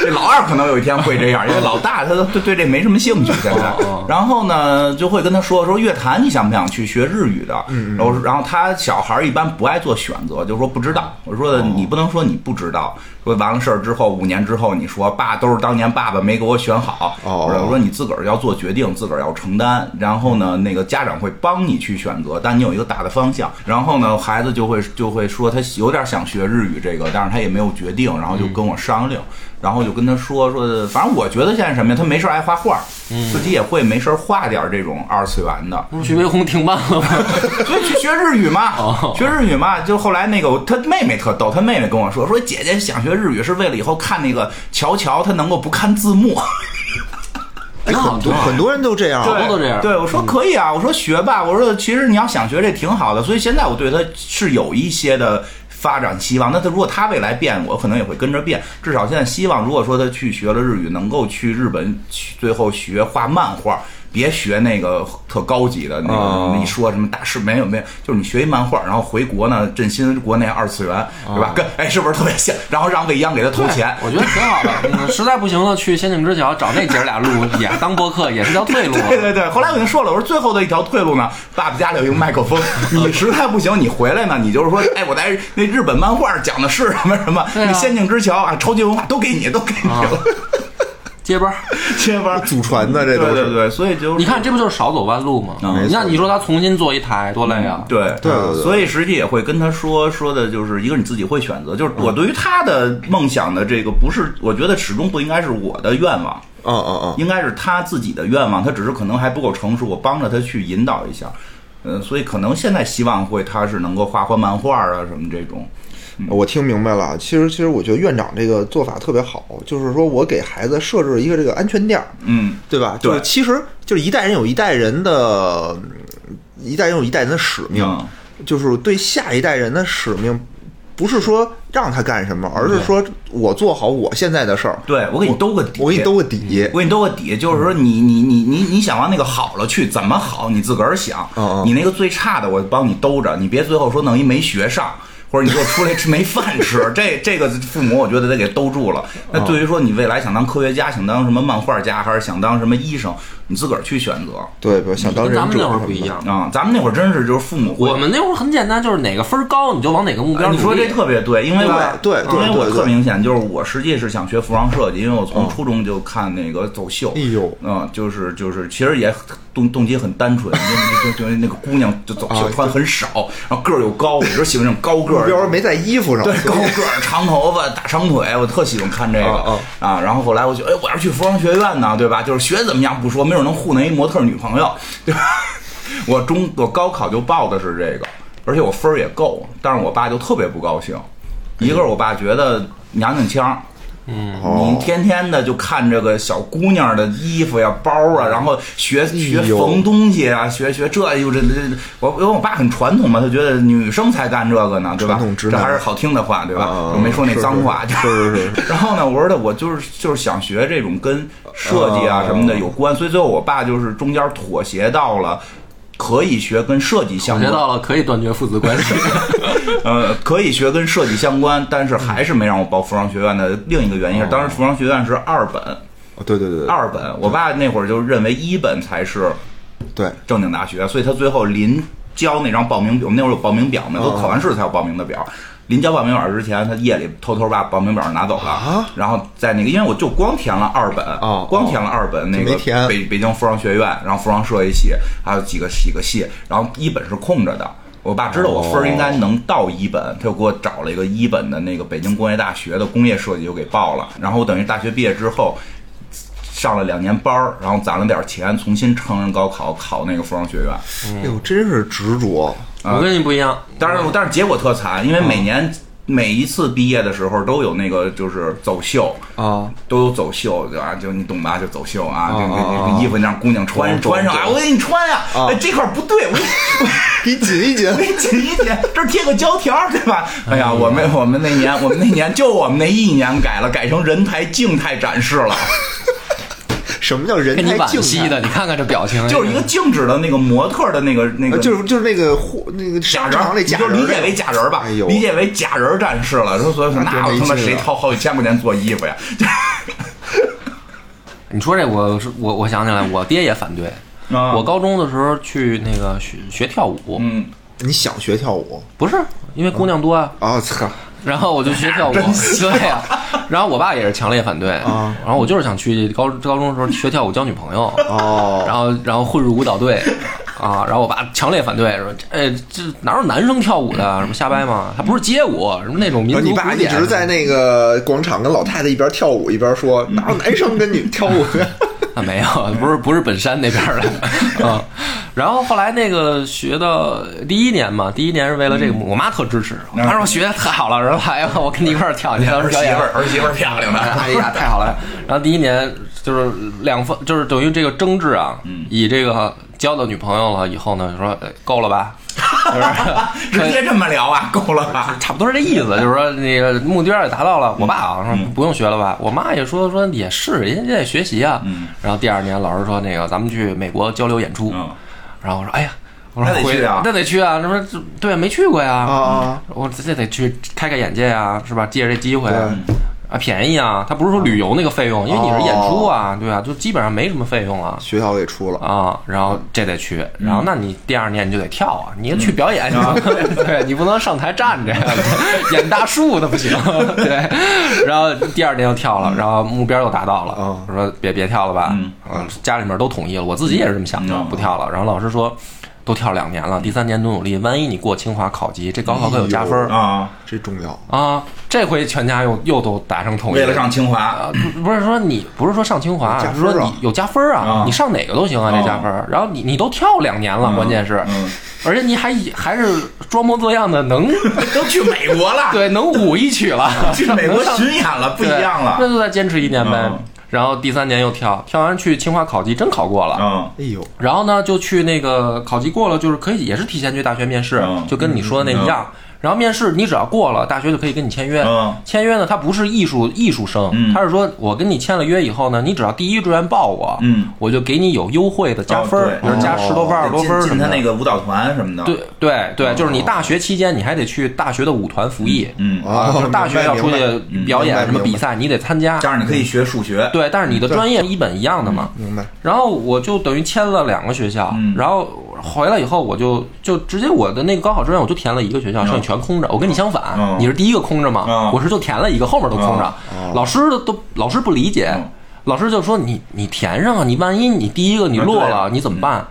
这老二可能有一天会这样，因为老大他对对这没什么兴趣现在。然后呢，就会跟他说说乐坛你想不想去学日语的？然后然后他小孩儿一般不爱做选择，就说不知道。我说你不能说你不知道，说完了事儿之后五年之后你说爸都是当年爸爸没给我选好，哦我说我说你自个儿要做决定，自个儿要承担。然后呢，那个家长会帮你去选择，但你有一个大的方向。然后呢，孩子就会就会说他有点想学日语这个，但是他也没有决定，然后就跟我商量，然后就跟他说说的，反正我觉得现在什么呀，他没事儿爱画画，自己也会没事儿画点儿这种二次元的。”徐悲鸿停办了吗？所以去学日语嘛，学日语嘛，就后来那个我他妹妹特逗，他妹妹跟我说，说姐姐想学日语是为了以后看那个乔乔，她能够不看字幕。哎很啊多很多人都这样，好多都这样嗯对，我说可以啊，我说学吧，我说其实你要想学这挺好的，所以现在我对他是有一些的。发展希望，那他如果他未来变，我可能也会跟着变。至少现在希望，如果说他去学了日语，能够去日本去最后学画漫画，别学那个特高级的那哦个一说什么大师没有没有，就是你学一漫画，然后回国呢振兴国内二次元，对吧？跟哎是不是特别像？然后让未央给他投钱，哦我觉得挺好的。 嗯实在不行了，去仙境之桥找那姐儿俩录，也当播客，也是条退路。 对对对，后来我已经说了，我说最后的一条退路呢，爸爸家里有一个麦克 风，你实在不行，你回来呢，你就是说，哎，我在那日本漫画讲的是什么什么，对啊啊那仙境之桥啊，超级文化都给你，都给你 了，接班儿，接班儿祖传的对这都对是。对，所以就是你看这不就是少走弯路吗？嗯你看你说他重新做一台多累啊！对对对对所以实际也会跟他说说的，就是一个你自己会选择，嗯就是我对于他的梦想的这个不是，我觉得始终不应该是我的愿望，嗯嗯嗯，应该是他自己的愿望，他只是可能还不够成熟，我帮着他去引导一下。嗯，所以可能现在希望会他是能够画画漫画啊什么这种。嗯我听明白了。啊其实其实我觉得院长这个做法特别好，就是说我给孩子设置一个这个安全垫儿，嗯，对吧？对就是其实就是一代人有一代人的，一代人有一代人的使命，嗯就是对下一代人的使命，不是说让他干什么，而是说我做好我现在的事儿，对我给你兜个底，我给你兜，个底。我给你兜个底，就是说你你你你你想往那个好了去，怎么好你自个儿想嗯，嗯你那个最差的我帮你兜着，你别最后说弄一没学上。或者你给我出来吃没饭吃， 这这个父母我觉得得给兜住了。那对于说你未来想当科学家，想当什么漫画家，还是想当什么医生，你自个儿去选择对，比如想当跟忍咱们者那会什儿么不一的。样。啊、咱们那会儿真是就是父母会我们那会儿很简单，就是哪个分儿高你就往哪个目标哎努你力。说这特别对，因为我对对因为对嗯我对特明显，就是我实际是想学服装设计，因为我从初中就看那个走秀，哎呦嗯，就是就是，其实也动动机很单纯，就就就就那个姑娘就走秀啊穿很少，然后个儿又高，我就喜欢这种高个目儿，标没在衣服上，对，高个 儿、长头发、大长腿，我特喜欢看这个啊啊。然后后来我觉得，哎，我要去服装学院呢，对吧？就是学怎么样不说，没准能糊弄一模特女朋友，对吧？ 我中我高考就报的是这个，而且我分儿也够，但是我爸就特别不高兴。一个是我爸觉得娘娘腔，你哦，天天的就看这个小姑娘的衣服呀、包啊，然后学学哎呦缝东西啊，学学这又这这，这我因为我爸很传统嘛，他觉得女生才干这个呢，对吧传统？直这男还是好听的话，对吧啊？我没说那是脏话，是是是 然后呢，我说的我就是就是想学这种跟设计啊啊什么的有关，所以最后我爸就是中间妥协到了可以学跟设计相我学关，到了可以断绝父子关系。呃，可以学跟设计相关，但嗯是还是没让我报服装学院的另一个原因是，哦当时服装学院是二本。对对对对，二本，我爸那会儿就认为一本才是对正经大学，所以他最后临交那张报名表，我们那会儿有报名表哦嘛，都考完试才有报名的表。临交报名表之前，他夜里偷偷把报名表拿走了，啊然后在那个，因为我就光填了二本，哦光填了二本那就个没填北北京服装学院，然后服装设计系，还有几个几个系，然后一本是空着的。我爸知道我分哦儿应该能到一本，他就给我找了一个一本的那个北京工业大学的工业设计，就给报了。然后我等于大学毕业之后，上了两年班儿，然后攒了点钱，重新成人高考考那个服装学院。哎呦，真是执着， 嗯 我跟你不一样，但是，嗯但是结果特惨，因为每年每一次毕业的时候都有那个就是走秀啊，都有走秀，对吧？就你懂吧？就走秀啊，就啊那啊啊个衣服你让姑娘穿懂穿上，懂哎，我给你穿呀，啊哎，这块儿不对，我给你 给你紧一紧我。给你紧一紧，这儿贴个胶条儿，对吧？哎呀，我嗯们我们那年我们那年就我们那一年改了，改成人台静态展示哎了。什么叫人给你太惋静惜态？的，你看看这表情，就是一个静止的那个模特的那个那呃个，就是就是那个货那个假商人儿场，里你假就人儿，理解为假人儿吧哎，呦，理解为假人儿战士了。说所以说，那真那我没他妈劲谁了掏好几千块钱做衣服呀？你说这我是我我想起来，我爹也反对。啊我高中的时候去那个学学跳舞，嗯，你想学跳舞不是因为姑娘多啊，啊？操，然后我就学 跳舞，对呀、然后我爸也是强烈反对，啊然后我就是想去高高中的时候学跳舞交女朋友，哦，然后然后混入舞蹈队，啊，然后我爸强烈反对，说哎这哪有男生跳舞的，什么瞎掰嘛，还不是街舞，什么那种民族啊呃你古爸一典直在那个广场跟老太太一边跳舞一边说，嗯哪有男生跟你跳舞 的？啊，没有，不是不是本山那边儿 的啊。然后后来那个学到第一年嘛，第一年是为了这嗯个，我妈特支持，我妈说学的太好了，然后来吧，我跟你一块儿跳去，当时儿媳表演妇。儿，儿媳妇儿漂亮的。哎呀，太好了！然后第一年就是两方，就是等于这个争执啊，嗯以这个交到女朋友了以后呢，就说哎够了吧， 直接这么聊啊，够了吧？差不多是这意思，就是说那个目标也达到了。我爸嗯啊说不用学了吧，我妈也说说也是，人家也得学习啊。然后第二年老师说那个咱们去美国交流演出嗯，然后我说哎呀，我说那得回去啊那得去啊，什么对没去过呀啊啊，我这得去开开眼界啊，是吧？借着这机会对啊，便宜啊，他不是说旅游那个费用，因为你是演出啊，哦对啊，就基本上没什么费用啊。学校给出了，啊，然后这得去，然嗯后那你第二年你就得跳啊，你去表演，你不能 对你不能上台站着呀， 演大树那不行。 对，然后第二年又跳了，然后目标又达到了，嗯我说别别跳了吧，哦嗯啊家里面都同意了，我自己也是这么想的，嗯不跳了。然后老师说。都跳两年了，第三年努努力，万一你过清华考级，这高考可有加分儿啊，这重要。啊！这回全家又又都达成统一，为了上清华，啊，不不是说你不是说上清华，有加分是儿啊说你有加分儿啊啊，你上哪个都行啊，啊这加分儿。然后你你都跳两年了，嗯关键是，嗯，而且你还还是装模作样的能，都去美国了， 对，能舞一曲 了，去美国能上巡演了，不一对样了。那就再坚持一年呗嗯。然后第三年又跳，跳完去清华考级，真考过了。嗯，哎呦，然后呢，就去那个考级过了，就是可以也是提前去大学面试嗯，就跟你说的那一样。然后面试你只要过了，大学就可以跟你签约。嗯签约呢，它不是艺术艺术生，嗯它是说我跟你签了约以后呢，你只要第一志愿报我，嗯我就给你有优惠的加分儿，哦对比如加十多分、二十多分进儿什进么他的。那个哦舞蹈团什么的。对，对对，就是你大学期间你还得去大学的舞团服役，嗯，啊，就是大学要出明白明白去表演什么比赛，你得参加。加上你可以学数学。对，但是你的专业一本一样的嘛。明白。然后我就等于签了两个学校，嗯然后回来以后我就就直接我的那个高考志愿我就填了一个学校，剩下全空着。我跟你相反，嗯你是第一个空着嘛，嗯我是就填了一个，后面都空着。老师都都老师不理解，嗯老师就说你你填上啊，你万一你第一个你落嗯对了，啊你怎么办？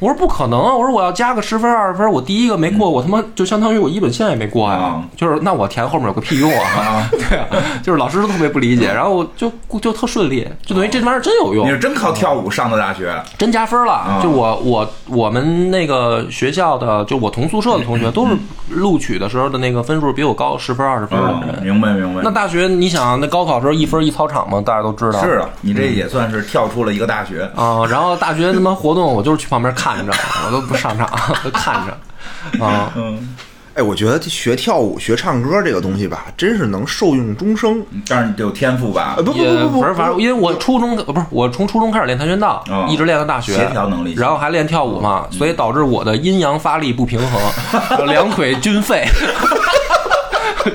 我说不可能啊！我说我要加个十分二十分，我第一个没过，嗯我他妈就相当于我一本线也没过呀、啊就是那我填后面有个屁用啊啊！ 对啊，就是老师都特别不理解，然后我就就特顺利，就等于这玩意儿真有用你。是真靠跳舞上的大学，真加分了。嗯就我我我们那个学校的，就我同宿舍的同学，都是录取的时候的那个分数比我高十分二十分的嗯，人。明白明白。那大学你想，那高考时候一分一操场嘛，大家都知道。是啊，你这也算是跳出了一个大学。啊、然后大学他妈活动，我就是去旁边看 着，我都不上场， 都看着。啊、嗯，哎，我觉得学跳舞、学唱歌这个东西吧，真是能受用终生。但是你得有天赋吧呃，？不不也不不不，反正反正，因为我初中呃不是我从初中开始练跆拳道，嗯一直练到大学，协调能力嗯然后还练跳舞嘛，所以导致我的阴阳发力不平 衡，两腿均废，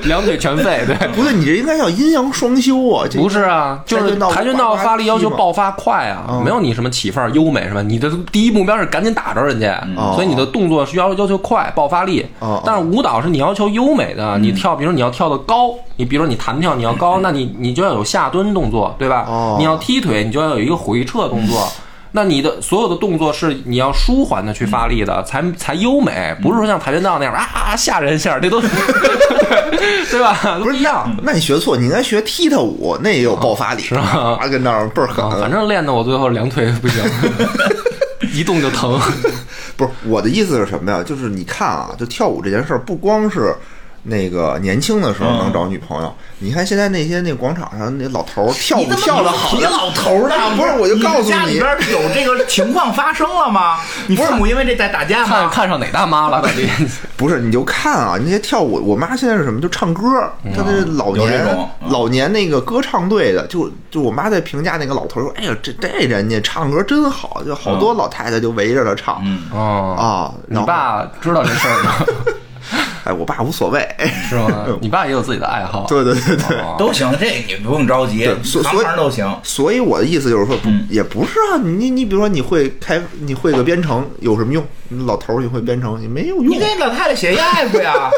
两腿全废，对。 不对，你这应该叫阴阳双修啊！这不是啊，就是跆跆拳拳道道发力要求呱呱踢嘛嗯爆发快啊，没有你什么起范儿优美什么，你的第一目标是赶紧打着人家，所以你的动作是要要求快，爆发力嗯哦。嗯但是舞蹈是你要求优美的，你跳，比如你要跳得高，你比如你弹跳你要高，那你你就要有下蹲动作，对吧哦？嗯你要踢腿，你就要有一个回撤动作。那你的所有的动作是你要舒缓的去发力嗯的，才才优美，不是说像跆拳道那样啊吓人吓人，这都 对吧？都嗯不是一样。那你学错，你应该学踢踏舞，那也有爆发力，是吗啊，跟那儿倍儿狠。啊，反正练的我最后两腿不行，一动就疼。不是我的意思是什么呀？就是你看啊，就跳舞这件事儿，不光是那个年轻的时候嗯能找女朋友，你看现在那些那广场上那老头儿跳舞你怎么跳的好你的，啊老头儿呢？不是我就告诉你家里边有这个情况发生了吗？你父母因为这在打架 看吗？看上哪大妈了？感觉不是你就看啊，那些跳舞，我妈现在是什么？就唱歌，她那老嗯有这年种嗯老年那个歌唱队的，就就我妈在评价那个老头儿说：“哎呀，这这人家唱歌真好，就好多老太太就围着他唱。”嗯， 哦，啊，你爸知道这事儿吗？哎，我爸无所谓， 是吗？你爸也有自己的爱好。对对对对。哦都行，这你不用着急，对所行所以行都行。所以我的意思就是说，不嗯也不是啊，你你比如说你会开，你会个编程有什么用？你老头儿你会编程也没有用你。给老太太写一 app 呀，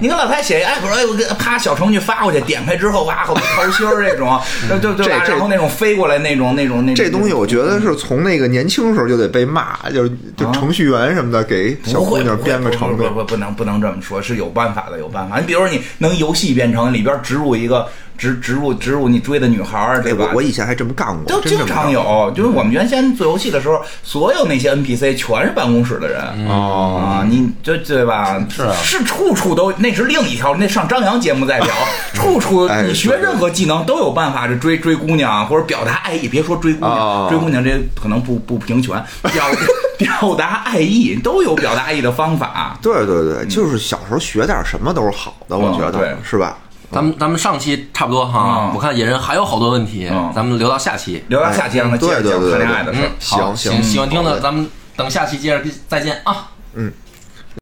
你给老太太写一 app，哎，我给啪小程序发过去，点开之后哇，好多桃心儿这种，对对对吧，嗯这这然后那种飞过来那种那种那种这东西我觉得是从那个年轻时候就得被骂，就是啊就程序员什么的给小不姑会娘不会编个不程不序不不不能不能这么说，是有办法的，有办法。你比如说，你能游戏编程里边植入一个植植入植入你追的女孩儿，对哎，吧我？我以前还这么干过，都真这经么常干过有，就是嗯我们原先做游戏的时候，所有那些 NPC 全是办公室的人哦。啊，你就对吧？是啊是处处都，那是另一条，那上张扬节目再聊， 处处哎你学对对任何技能都有办法，这追追姑娘或者表达爱意，别说追姑娘，哦追姑娘这可能不不平权， 表表达爱意都有表达爱意的方法。对对对，就是小时候学点什么都是好的，我觉嗯对得是吧？咱们咱们上期差不多哈嗯，我看野人还有好多问题嗯，咱们留到下期。留到下期让他接着哎对对讲对谈恋对爱的事嗯儿。，好行行喜欢听好的嘞咱们等下期接着再见啊。嗯，